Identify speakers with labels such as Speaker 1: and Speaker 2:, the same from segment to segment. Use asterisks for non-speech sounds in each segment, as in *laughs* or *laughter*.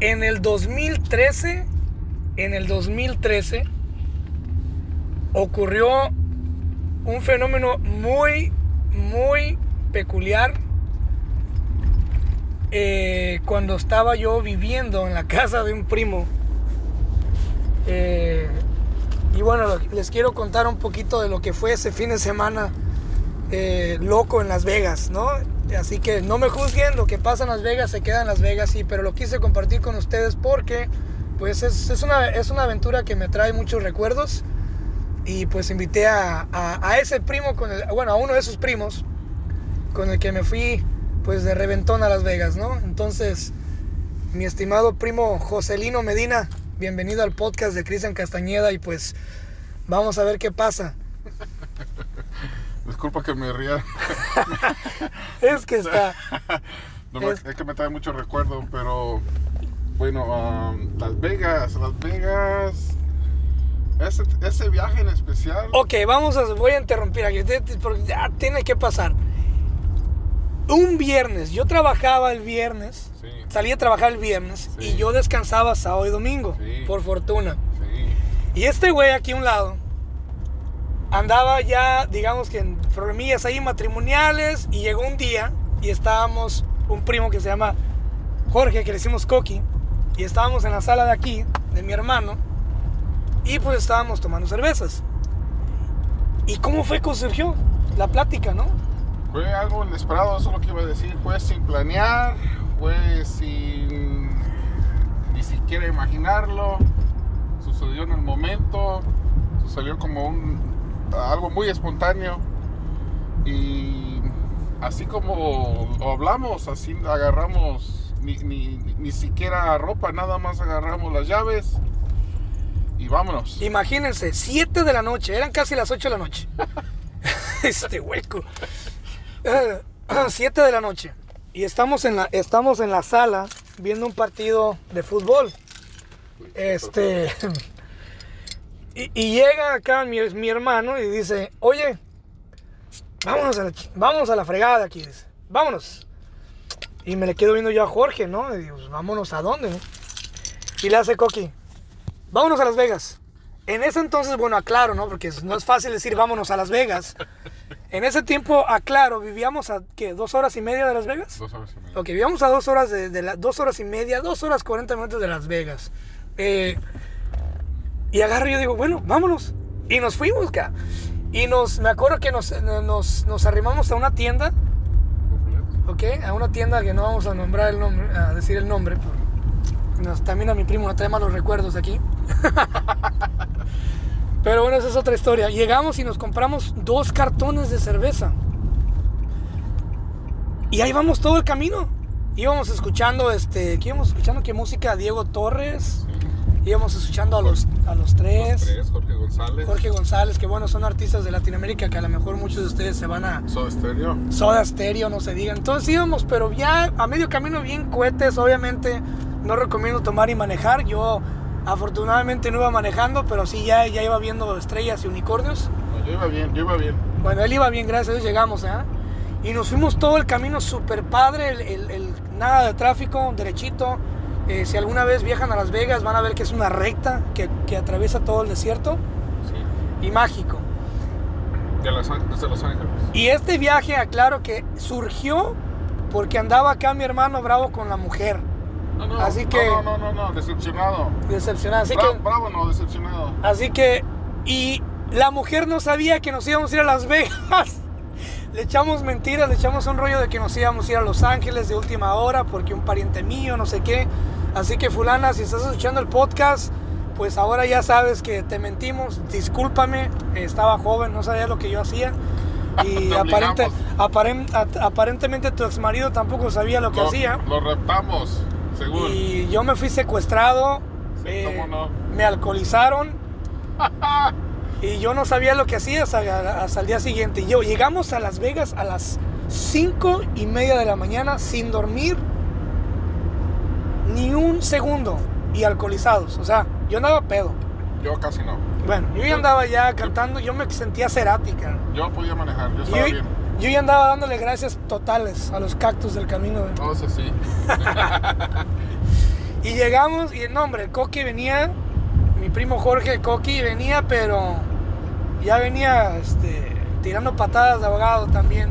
Speaker 1: En el 2013, en el 2013 ocurrió un fenómeno muy muy peculiar. Eh, cuando estaba yo viviendo en la casa de un primo. Eh, y bueno, les quiero contar un poquito de lo que fue ese fin de semana eh, loco en Las Vegas, ¿no? Así que no me juzguen, lo que pasa en Las Vegas se queda en Las Vegas, sí, pero lo quise compartir con ustedes porque pues es, es, una, es una aventura que me trae muchos recuerdos y pues invité a, a, a, ese primo, con el, bueno, a uno de sus primos, con el que me fui pues de reventón a Las Vegas, ¿no? Entonces, mi estimado primo Joselino Medina, bienvenido al podcast de Cristian Castañeda y pues vamos a ver qué pasa.
Speaker 2: Disculpa que me ría.
Speaker 1: es que está...
Speaker 2: No, es... es... que me trae mucho recuerdo, pero bueno, um, Las Vegas, Las Vegas... Ese, ese, viaje en especial.
Speaker 1: Ok, vamos a, voy a interrumpir aquí, porque ya tiene que pasar. Un viernes, yo trabajaba el viernes, sí. salí a trabajar el viernes sí. y yo descansaba sábado y domingo, sí. por fortuna. Y este güey aquí a un lado andaba ya, digamos que en problemillas ahí matrimoniales y llegó un día y estábamos, un primo que se llama Jorge, que le decimos Coqui, y estábamos en la sala de aquí, de mi hermano, y pues estábamos tomando cervezas. ¿Y cómo fue que surgió la plática, no?
Speaker 2: Fue algo inesperado, eso es lo que iba a decir. Fue sin planear, fue sin ni siquiera imaginarlo. Sucedió en el momento, sucedió como un, algo muy espontáneo. Y así como lo hablamos, así agarramos ni, ni, ni siquiera ropa, nada más agarramos las llaves y vámonos.
Speaker 1: Imagínense, 7 de la noche, eran casi las 8 de la noche. este hueco. 7 de la noche. Y estamos en la, estamos en la sala viendo un partido de fútbol. Este. *laughs* Y, y llega acá mi, mi, hermano y dice: Oye, vámonos a la, vámonos a la fregada aquí. Dice, vámonos. Y me le quedo viendo yo a Jorge, ¿no? Y digo: pues, Vámonos a dónde, ¿no? Y le hace Coqui: vámonos a Las Vegas. En ese entonces, bueno, aclaro, ¿no? Porque no es fácil decir vámonos a Las Vegas. En ese tiempo, aclaro, vivíamos a, ¿qué? ¿Dos horas y media de Las Vegas?
Speaker 2: Dos horas y media.
Speaker 1: Ok, vivíamos a dos horas, de, de la, dos horas y media, dos horas cuarenta minutos de Las Vegas. Eh, y agarro y yo digo, bueno, vámonos. Y nos fuimos, acá. Y nos, me acuerdo que nos, nos, nos arrimamos a una tienda. Ok, a una tienda que no vamos a nombrar el nombre, a decir el nombre, pero también a mi primo no trae malos recuerdos de aquí. *laughs* Pero bueno, esa es otra historia. Llegamos y nos compramos dos cartones de cerveza. Y ahí vamos todo el camino. Íbamos escuchando, este, ¿qué íbamos escuchando? ¿Qué música? Diego Torres. Sí. Íbamos escuchando a los, a los tres.
Speaker 2: Los tres, Jorge González.
Speaker 1: Jorge González, que bueno, son artistas de Latinoamérica que a lo mejor muchos de ustedes se van a...
Speaker 2: Soda Stereo.
Speaker 1: Soda Stereo, no se digan. Entonces íbamos, pero ya a medio camino bien cohetes, obviamente no recomiendo tomar y manejar. Yo afortunadamente no iba manejando, pero sí ya, ya iba viendo estrellas y unicornios.
Speaker 2: No, yo iba bien, yo iba bien.
Speaker 1: Bueno, él iba bien, gracias a Dios llegamos, ¿eh? Y nos fuimos todo el camino súper padre, el, el, el, nada de tráfico, derechito. Eh, si alguna vez viajan a Las Vegas van a ver que es una recta que, que atraviesa todo el desierto. Sí. Y mágico.
Speaker 2: De los, desde Los Ángeles.
Speaker 1: Y este viaje, aclaro que surgió porque andaba acá mi hermano bravo con la mujer.
Speaker 2: No, no,
Speaker 1: así que.
Speaker 2: No, no, no, no, decepcionado.
Speaker 1: Decepcionado, así
Speaker 2: bravo,
Speaker 1: que.
Speaker 2: Bravo, no, decepcionado.
Speaker 1: Así que. Y la mujer no sabía que nos íbamos a ir a Las Vegas. *laughs* le echamos mentiras, le echamos un rollo de que nos íbamos a ir a Los Ángeles de última hora porque un pariente mío, no sé qué. Así que, Fulana, si estás escuchando el podcast, pues ahora ya sabes que te
Speaker 2: *laughs*
Speaker 1: mentimos. Discúlpame, estaba joven, no sabía lo que yo hacía. Y aparente, Aparen- a- aparentemente tu ex marido tampoco sabía lo que
Speaker 2: Lo-
Speaker 1: hacía.
Speaker 2: Lo raptamos, según.
Speaker 1: Y yo me fui secuestrado.
Speaker 2: Sí,
Speaker 1: eh,
Speaker 2: cómo no. Ah,
Speaker 1: Me alcoholizaron. y yo no sabía lo que hacía hasta, hasta el día siguiente. Y yo llegamos a Las Vegas a las 5 y media de la mañana sin dormir ni un segundo y alcoholizados. O sea, yo andaba pedo.
Speaker 2: Yo casi no.
Speaker 1: Bueno, yo ya andaba ya cantando, yo me sentía cerática.
Speaker 2: Yo podía manejar, yo estaba
Speaker 1: Yo,
Speaker 2: bien.
Speaker 1: yo ya andaba dándole gracias totales a los cactus del camino. güey.
Speaker 2: No, eso sí.
Speaker 1: Y llegamos y no, hombre, el Coqui venía, mi primo Jorge Coqui venía, pero ya venía este, tirando patadas de abogado también.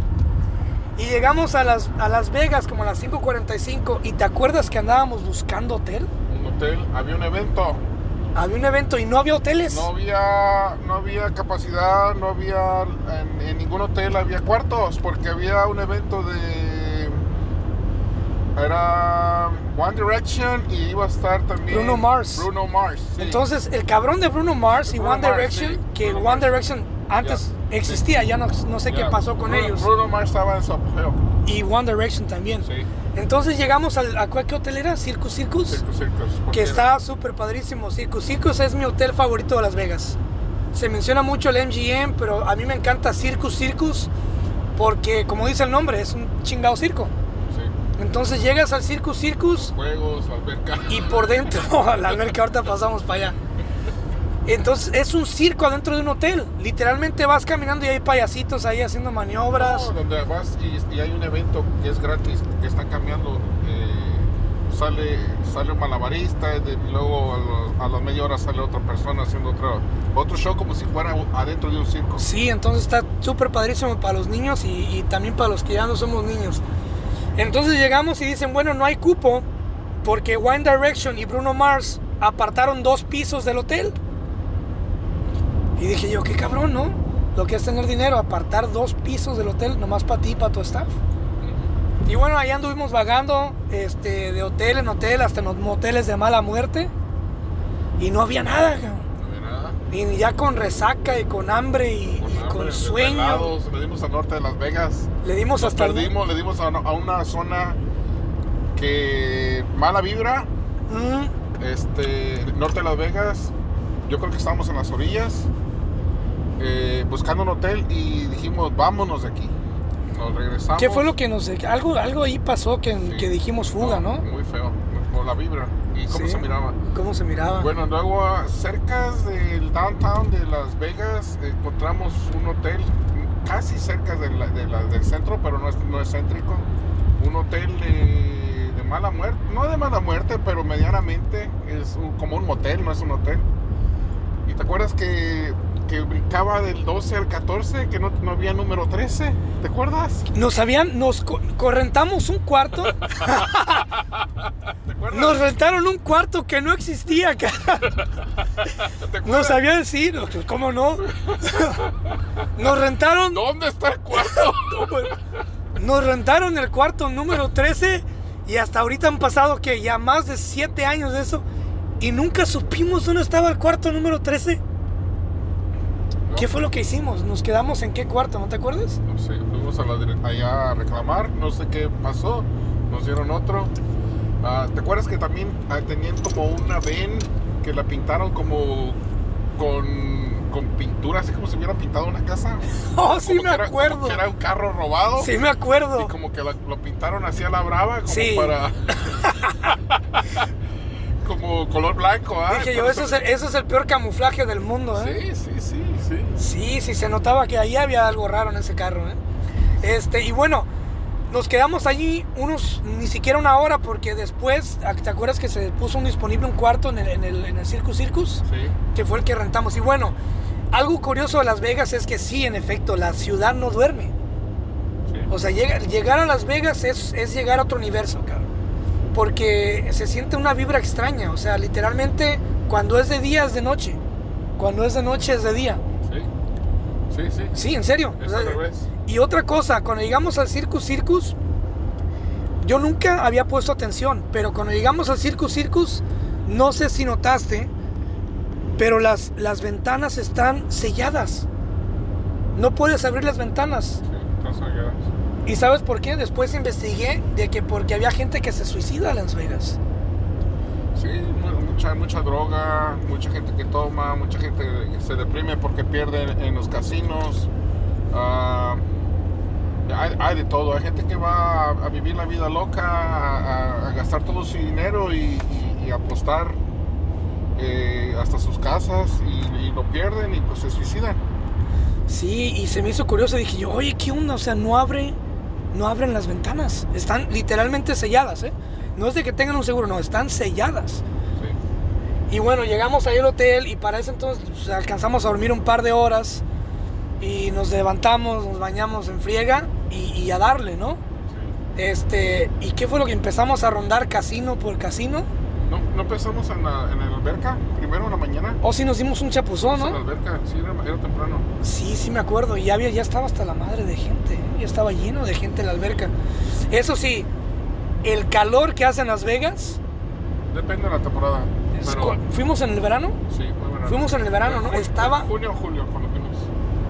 Speaker 1: Y llegamos a Las, a las Vegas como a las 5.45 y te acuerdas que andábamos buscando hotel?
Speaker 2: Un hotel, había un evento.
Speaker 1: Había un evento y no había hoteles.
Speaker 2: No había, no había capacidad, no había, en, en ningún hotel había cuartos, porque había un evento de, era One Direction y iba a estar también
Speaker 1: Bruno Mars.
Speaker 2: Bruno Mars, sí.
Speaker 1: Entonces, el cabrón de Bruno Mars y
Speaker 2: Bruno
Speaker 1: One
Speaker 2: Mars,
Speaker 1: Direction,
Speaker 2: sí.
Speaker 1: que
Speaker 2: Bruno
Speaker 1: One
Speaker 2: Mars.
Speaker 1: Direction antes
Speaker 2: Ya.
Speaker 1: existía, ya no, no sé
Speaker 2: Ya,
Speaker 1: qué pasó con
Speaker 2: Bruno-
Speaker 1: ellos.
Speaker 2: Bruno Mars estaba en su apogeo,
Speaker 1: Y One Direction también.
Speaker 2: sí,
Speaker 1: Entonces llegamos al, a cuál- qué hotel era, Circus Circus,
Speaker 2: Circus Circus, porque
Speaker 1: que está súper padrísimo. Circus Circus es mi hotel favorito de Las Vegas. Se menciona mucho el MGM, pero a mí me encanta Circus Circus porque, como dice el nombre, es un chingado circo.
Speaker 2: sí,
Speaker 1: Entonces llegas al Circus Circus
Speaker 2: juegos, alberca,
Speaker 1: y por dentro *laughs* a la alberca ahorita pasamos para allá. Entonces es un circo adentro de un hotel. Literalmente vas caminando y hay payasitos ahí haciendo maniobras.
Speaker 2: No, donde vas y, y hay un evento que es gratis, que están cambiando. eh, sale, sale un malabarista, y de- luego a, los- a la media hora sale otra persona haciendo otro, otro show como si fuera u- adentro de un circo.
Speaker 1: Sí, entonces está súper padrísimo para los niños y, y también para los que ya no somos niños. Entonces llegamos y dicen, bueno, no hay cupo porque One Direction y Bruno Mars apartaron dos pisos del hotel. Y dije yo, qué cabrón, ¿no? Lo que es tener dinero, apartar dos pisos del hotel nomás para ti y para tu staff. Y bueno, ahí anduvimos vagando este, de hotel en hotel hasta en los moteles de mala muerte. Y no había nada, cabrón.
Speaker 2: No había nada.
Speaker 1: Y ya con resaca y con hambre y y con,
Speaker 2: hambre,
Speaker 1: sueño.
Speaker 2: desvelados, le dimos al norte de Las Vegas.
Speaker 1: Le dimos
Speaker 2: Nos
Speaker 1: hasta el-
Speaker 2: perdimos, le dimos a, a una zona que mala vibra.
Speaker 1: Mm,
Speaker 2: este, norte de Las Vegas. Yo creo que estábamos en las orillas eh, buscando un hotel y dijimos, vámonos de aquí. Nos regresamos.
Speaker 1: ¿Qué fue lo que nos... Algo, algo ahí pasó que, que dijimos fuga, ¿no?
Speaker 2: Muy feo, por la vibra y cómo
Speaker 1: Sí.
Speaker 2: se miraba.
Speaker 1: ¿Cómo se miraba?
Speaker 2: Bueno, luego ah, cerca del downtown de Las Vegas eh, encontramos un hotel casi cerca de la- de la- del centro, pero no es, no es céntrico. Un hotel eh, de mala muerte, no de mala muerte, pero medianamente es un- como un motel, no es un hotel. ¿Y te acuerdas que, que brincaba del 12 al 14, que no, no había número 13? ¿Te acuerdas?
Speaker 1: Nos habían... Nos co- correntamos un
Speaker 2: *laughs*
Speaker 1: cuarto.
Speaker 2: ¿Te acuerdas?
Speaker 1: nos rentaron un cuarto que no existía acá.
Speaker 2: *laughs* ¿Te acuerdas?
Speaker 1: Nos habían decidido. ¿Cómo
Speaker 2: *laughs*
Speaker 1: no? nos rentaron...
Speaker 2: ¿Dónde está el cuarto?
Speaker 1: Nos rentaron el cuarto número 13 y hasta ahorita han pasado que ya más de 7 años de eso y nunca supimos dónde estaba el cuarto número 13. ¿Qué fue lo que hicimos? ¿Nos quedamos en qué cuarto? ¿No te
Speaker 2: *laughs*
Speaker 1: acuerdas?
Speaker 2: No sé, fuimos a la dire- allá a reclamar, no sé qué pasó, nos dieron otro. Ah, ¿Te acuerdas que también ah, tenían como una ven que la pintaron como con, con pintura, así como si hubieran pintado una casa?
Speaker 1: Oh, sí
Speaker 2: Como
Speaker 1: me
Speaker 2: que era- como
Speaker 1: acuerdo.
Speaker 2: que era un carro robado.
Speaker 1: Sí me
Speaker 2: Y
Speaker 1: acuerdo.
Speaker 2: como que la- lo pintaron así a la brava, como
Speaker 1: Sí. *laughs*
Speaker 2: para... como color blanco, ¿ah?
Speaker 1: Dije yo, eso es, el, eso es el peor camuflaje del mundo, ¿eh?
Speaker 2: Sí, sí, sí, sí.
Speaker 1: Sí, sí, se notaba que ahí había algo raro en ese carro, ¿eh? Este, y bueno, nos quedamos allí unos, ni siquiera una hora, porque después, ¿te acuerdas que se puso un disponible un cuarto en el, en el, en el Circus Circus?
Speaker 2: Sí.
Speaker 1: Que fue el que rentamos. Y bueno, algo curioso de Las Vegas es que sí, en efecto, la ciudad no duerme.
Speaker 2: sí.
Speaker 1: O sea, llega- llegar a Las Vegas es, es llegar a otro universo, cabrón. Porque se siente una vibra extraña. O sea, literalmente, cuando es de día es de noche. Cuando es de noche es de día.
Speaker 2: Sí. Sí, sí.
Speaker 1: Sí, en serio. O
Speaker 2: Es
Speaker 1: sea,
Speaker 2: al revés.
Speaker 1: y otra cosa, cuando llegamos al Circus Circus, yo nunca había puesto atención, pero cuando llegamos al Circus Circus, no sé si notaste, pero las, las ventanas están selladas. No puedes abrir las ventanas.
Speaker 2: Sí. caso de Garage.
Speaker 1: ¿Y sabes por qué? Después investigué de que porque había gente que se suicida en Las Vegas.
Speaker 2: Sí, mu- mucha, mucha droga, mucha gente que toma, mucha gente que se deprime porque pierde en los casinos. Ah, hay, hay de todo, hay gente que va a, a vivir la vida loca, a, a- a gastar todo su dinero y, y- y apostar eh, hasta sus casas y, y lo pierden y pues se suicidan.
Speaker 1: Sí, y se me hizo curioso. Dije yo, oye, ¿qué onda? O sea, no abre, no abren las ventanas. Están literalmente selladas, ¿eh? No es de que tengan un seguro, no, están selladas.
Speaker 2: Sí.
Speaker 1: Y bueno, llegamos ahí al hotel y para ese entonces pues, alcanzamos a dormir un par de horas y nos levantamos, nos bañamos en friega y, y a darle, ¿no? Este, ¿y qué fue lo que empezamos a rondar casino por casino?
Speaker 2: No, no pensamos en la, en la alberca, primero en la mañana.
Speaker 1: O si Oh, nos dimos un chapuzón,
Speaker 2: En la
Speaker 1: ¿no?
Speaker 2: alberca, sí, era, era temprano.
Speaker 1: Sí, sí me acuerdo, y ya, había, ya estaba hasta la madre de gente, ¿eh? ya estaba lleno de gente en la alberca. Eso sí, el calor que hace en Las Vegas,
Speaker 2: Depende de la temporada.
Speaker 1: es
Speaker 2: Pero,
Speaker 1: cu- fuimos en el verano,
Speaker 2: sí, fue verano.
Speaker 1: fuimos en el verano, ¿no?
Speaker 2: Ju-
Speaker 1: Estaba,
Speaker 2: Junio o julio, por lo menos.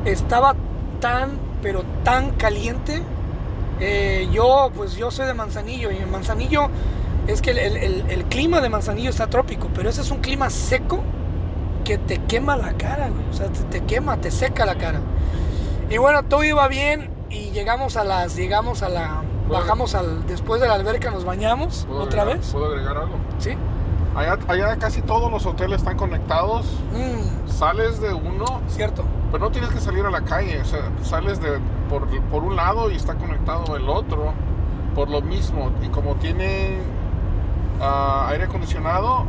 Speaker 1: estaba tan, pero tan caliente. Eh, yo, pues yo soy de Manzanillo y en Manzanillo es que el, el- el- el clima de Manzanillo está trópico, pero ese es un clima seco que te quema la cara, güey. O sea, te, te quema, te seca la cara. Y bueno, todo iba bien y llegamos a las, llegamos a la,
Speaker 2: Bueno.
Speaker 1: bajamos al, después de la alberca nos bañamos
Speaker 2: ¿Puedo
Speaker 1: otra
Speaker 2: agregar-
Speaker 1: vez.
Speaker 2: ¿Puedo agregar algo?
Speaker 1: Sí.
Speaker 2: Allá, allá casi todos los hoteles están conectados.
Speaker 1: Mm,
Speaker 2: Sales de uno,
Speaker 1: cierto.
Speaker 2: pero no tienes que salir a la calle. O sea, sales de, por, por un lado y está conectado el otro por lo mismo. Y como tiene ah, aire acondicionado,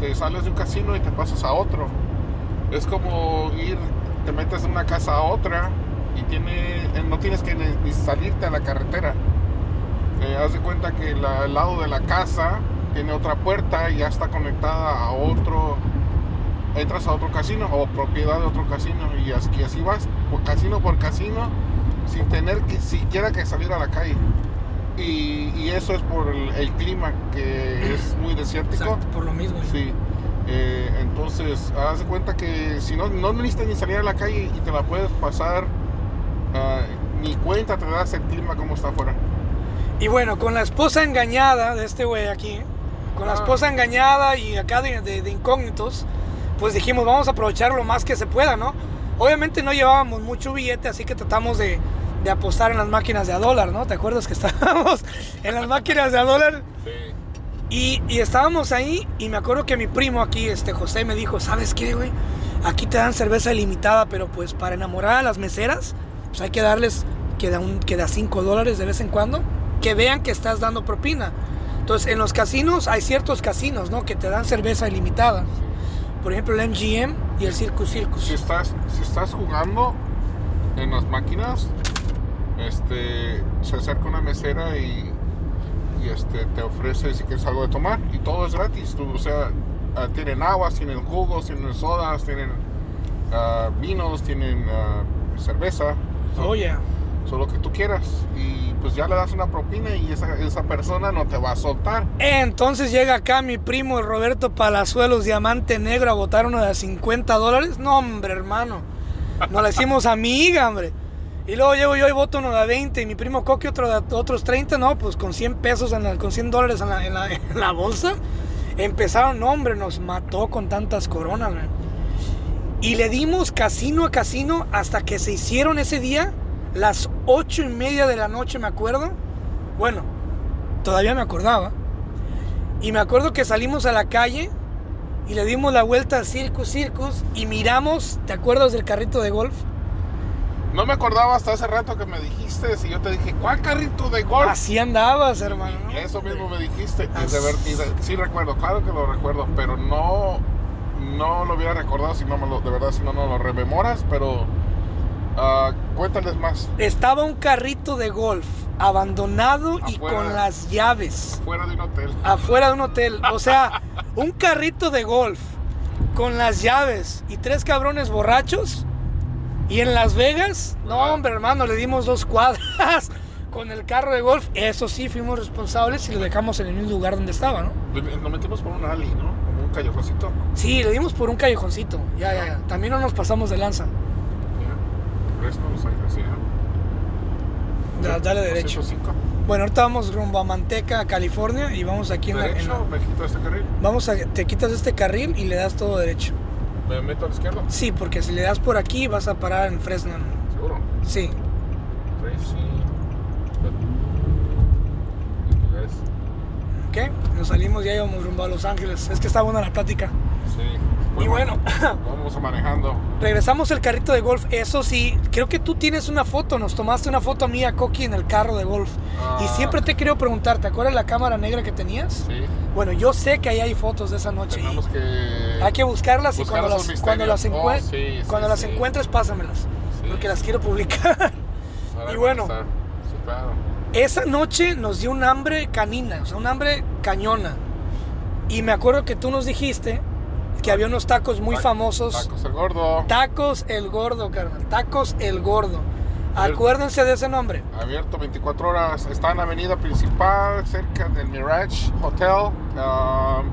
Speaker 2: te sales de un casino y te pasas a otro. Es como ir, te metes de una casa a otra y tiene, eh, no tienes que ni, ni salirte a la carretera. Eh, haz de cuenta que la- el lado de la casa tiene otra puerta y ya está conectada a otro. Entras a otro casino o propiedad de otro casino y as- y así, vas por casino por casino sin tener que siquiera que salir a la calle. Y, y eso es por el, el clima que es muy desértico.
Speaker 1: Exacto, por lo mismo.
Speaker 2: Sí. Eh, entonces, haz de cuenta que si no, no necesitas ni salir a la calle y te la puedes pasar, ah, ni cuenta te das el clima como está afuera.
Speaker 1: Y bueno, con la esposa engañada de este güey aquí, con la
Speaker 2: Ah.
Speaker 1: esposa engañada y acá de, de- de incógnitos, pues dijimos, vamos a aprovechar lo más que se pueda, ¿no? Obviamente no llevábamos mucho billete, así que tratamos de, de apostar en las máquinas de a dólar, ¿no? ¿Te acuerdas que *laughs* estábamos en las máquinas de a dólar?
Speaker 2: Sí.
Speaker 1: Y, y estábamos ahí y me acuerdo que mi primo aquí, este José, me dijo, ¿sabes qué, güey? Aquí te dan cerveza ilimitada, pero pues para enamorar a las meseras, pues hay que darles que da, un, que da 5 dólares de vez en cuando, que vean que estás dando propina. Entonces, en los casinos hay ciertos casinos, ¿no? Que te dan cerveza ilimitada. Por ejemplo, el MGM y el Circus Circus.
Speaker 2: Si estás, si estás jugando en las máquinas, este, se acerca una mesera y, y, este, te ofrece si quieres algo de tomar y todo es gratis. tú- o sea, ah, tienen aguas, tienen jugos, tienen sodas, tienen ah, vinos, tienen ah, cerveza.
Speaker 1: Oh, yeah.
Speaker 2: solo Pues, que tú quieras. Y pues ya le das una propina y esa, esa persona no te va a soltar.
Speaker 1: Eh, Entonces llega acá mi primo Roberto Palazuelos, diamante negro, a botar uno de 50 dólares. No, hombre, hermano. Nos la hicimos amiga, hombre. Y luego llego yo y voto uno de 20 y mi primo Coque otro de, otros 30. No, pues con 100 pesos, en la- con 100 dólares en la, en la- *laughs* en la bolsa. Empezaron, no, hombre, nos mató con tantas coronas, man. Y le dimos casino a casino hasta que se hicieron ese día las 8 y media de la noche, me acuerdo. Bueno, todavía me acordaba. Y me acuerdo que salimos a la calle y le dimos la vuelta al Circus Circus y miramos, ¿te acuerdas del carrito de golf?
Speaker 2: No me acordaba hasta hace rato que me dijiste y yo te dije, ¿cuál carrito de golf?
Speaker 1: Así andabas, Ah, hermano. ¿no? Ah,
Speaker 2: Y Eso mismo me dijiste. Y
Speaker 1: Así.
Speaker 2: de ver- y de- sí recuerdo, claro que lo recuerdo, pero no, no lo hubiera recordado si no me lo, de verdad, si no, no lo rememoras, pero ah, cuéntales más.
Speaker 1: Estaba un carrito de golf abandonado y
Speaker 2: Afuera.
Speaker 1: con las llaves
Speaker 2: Fuera de un hotel.
Speaker 1: afuera de un hotel. O sea, un carrito de golf con las llaves y tres cabrones borrachos. Y en Las Vegas, no,
Speaker 2: Ah.
Speaker 1: hombre, hermano, le dimos dos cuadras *laughs* con el carro de golf. Eso sí, fuimos responsables y lo dejamos en el mismo lugar donde estaba, ¿no?
Speaker 2: Nos metimos por un alley, ¿no? Como un callejoncito.
Speaker 1: Sí, le dimos por un callejoncito. Ya, ya, ya. También no nos pasamos de lanza.
Speaker 2: ¿eh? Ya. Por eso no lo sabía, sí, ¿no?
Speaker 1: Da- dale
Speaker 2: pues
Speaker 1: derecho.
Speaker 2: 205.
Speaker 1: Bueno, ahorita vamos rumbo a Manteca, California y vamos aquí en la- en la-
Speaker 2: Derecho, me quito este carril.
Speaker 1: Vamos a... Te quitas este carril y le das todo derecho.
Speaker 2: Me meto a la izquierda.
Speaker 1: Sí, porque si le das por aquí vas a parar en Fresno.
Speaker 2: Seguro.
Speaker 1: Sí.
Speaker 2: Tracy. Inglés.
Speaker 1: ¿Ok? Nos salimos ya íbamos rumbo a Los Ángeles. Es que está buena la plática.
Speaker 2: Sí.
Speaker 1: Y bueno,
Speaker 2: Vamos manejando.
Speaker 1: regresamos el carrito de golf. Eso sí, creo que tú tienes una foto. Nos tomaste una foto a mí y a Coqui en el carro de golf. Y siempre te quiero preguntar, ¿te acuerdas la cámara negra que tenías?
Speaker 2: Ah. Sí.
Speaker 1: Bueno, yo sé que ahí hay fotos de esa noche.
Speaker 2: Tenemos que.
Speaker 1: y Hay que buscarlas y
Speaker 2: buscar
Speaker 1: cuando
Speaker 2: esos
Speaker 1: las, cuando las,
Speaker 2: misterios. Oh,
Speaker 1: encuen-
Speaker 2: sí, sí,
Speaker 1: cuando las
Speaker 2: sí.
Speaker 1: encuentres, pásamelas.
Speaker 2: Sí.
Speaker 1: Porque las quiero publicar.
Speaker 2: Para
Speaker 1: y bueno.
Speaker 2: empezar. Sí, claro.
Speaker 1: Esa noche nos dio un hambre canina, o sea, un hambre cañona. Y me acuerdo que tú nos dijiste que había unos tacos muy
Speaker 2: Tac-
Speaker 1: famosos.
Speaker 2: Tacos el gordo.
Speaker 1: Tacos el Gordo, carnal. Tacos el Gordo.
Speaker 2: Cierto.
Speaker 1: Acuérdense de ese nombre.
Speaker 2: Abierto 24 horas. Está en la avenida principal, cerca del Mirage Hotel. Um,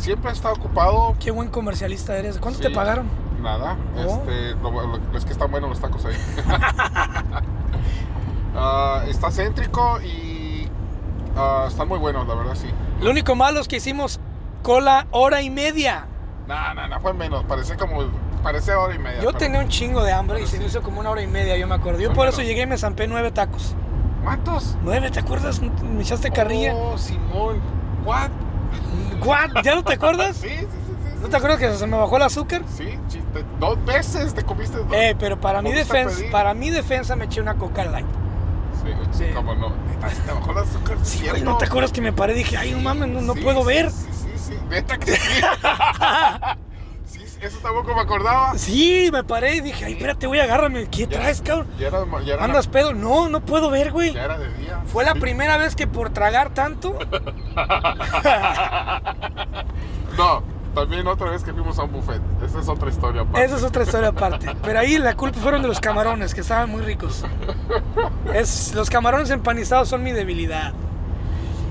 Speaker 2: siempre está ocupado.
Speaker 1: Qué buen comercialista eres. ¿Cuánto
Speaker 2: Sí.
Speaker 1: te pagaron?
Speaker 2: Nada.
Speaker 1: Oh.
Speaker 2: Este, lo, lo- es que están buenos los tacos
Speaker 1: *laughs*
Speaker 2: ahí. Ah, está céntrico y ah, están muy buenos, la verdad, sí.
Speaker 1: Lo único malo es que hicimos cola hora y media.
Speaker 2: No, no, no, fue menos. Parece como. Parece hora y media.
Speaker 1: Yo
Speaker 2: pero-
Speaker 1: tenía un chingo de hambre y
Speaker 2: pero
Speaker 1: se me
Speaker 2: sí.
Speaker 1: hizo como una hora y media, yo me acuerdo. Yo
Speaker 2: Pero
Speaker 1: por
Speaker 2: bueno.
Speaker 1: eso llegué y me zampé nueve tacos.
Speaker 2: ¿Cuántos?
Speaker 1: Nueve, ¿te acuerdas? Me echaste carrilla.
Speaker 2: Oh, Simón. ¿What?
Speaker 1: What? ¿Ya no te
Speaker 2: *laughs*
Speaker 1: acuerdas?
Speaker 2: Sí, sí, sí. sí,
Speaker 1: ¿No
Speaker 2: sí.
Speaker 1: te acuerdas que se me bajó el azúcar?
Speaker 2: Sí, chiste. Dos veces te comiste dos.
Speaker 1: Eh, pero para mi,
Speaker 2: Volviste a
Speaker 1: defensa,
Speaker 2: pedir.
Speaker 1: para mi defensa me eché una coca light.
Speaker 2: Sí,
Speaker 1: Sí.
Speaker 2: como no. Neta, se te bajó el azúcar.
Speaker 1: Sí, güey,
Speaker 2: ¿cierto?
Speaker 1: ¿no te acuerdas que me paré y dije, ay, no mames, no, no
Speaker 2: Sí,
Speaker 1: puedo
Speaker 2: sí,
Speaker 1: ver?
Speaker 2: Sí, sí, sí. Neta que
Speaker 1: *laughs*
Speaker 2: sí. sí, eso tampoco me acordaba.
Speaker 1: Sí, me paré y dije, ay, espérate, voy, agárrame. ¿Qué
Speaker 2: Ya-
Speaker 1: traes, cabrón?
Speaker 2: Ya era, ya era,
Speaker 1: ¿Andas pedo? No, no puedo ver, güey.
Speaker 2: ya era de día.
Speaker 1: Fue la *laughs*
Speaker 2: Sí.
Speaker 1: primera vez que por tragar tanto.
Speaker 2: No, también otra vez que fuimos a un buffet. Esa es otra historia. aparte.
Speaker 1: Esa es otra historia aparte. Pero ahí la culpa fueron de los camarones, que estaban muy ricos. Es, los camarones empanizados son mi debilidad.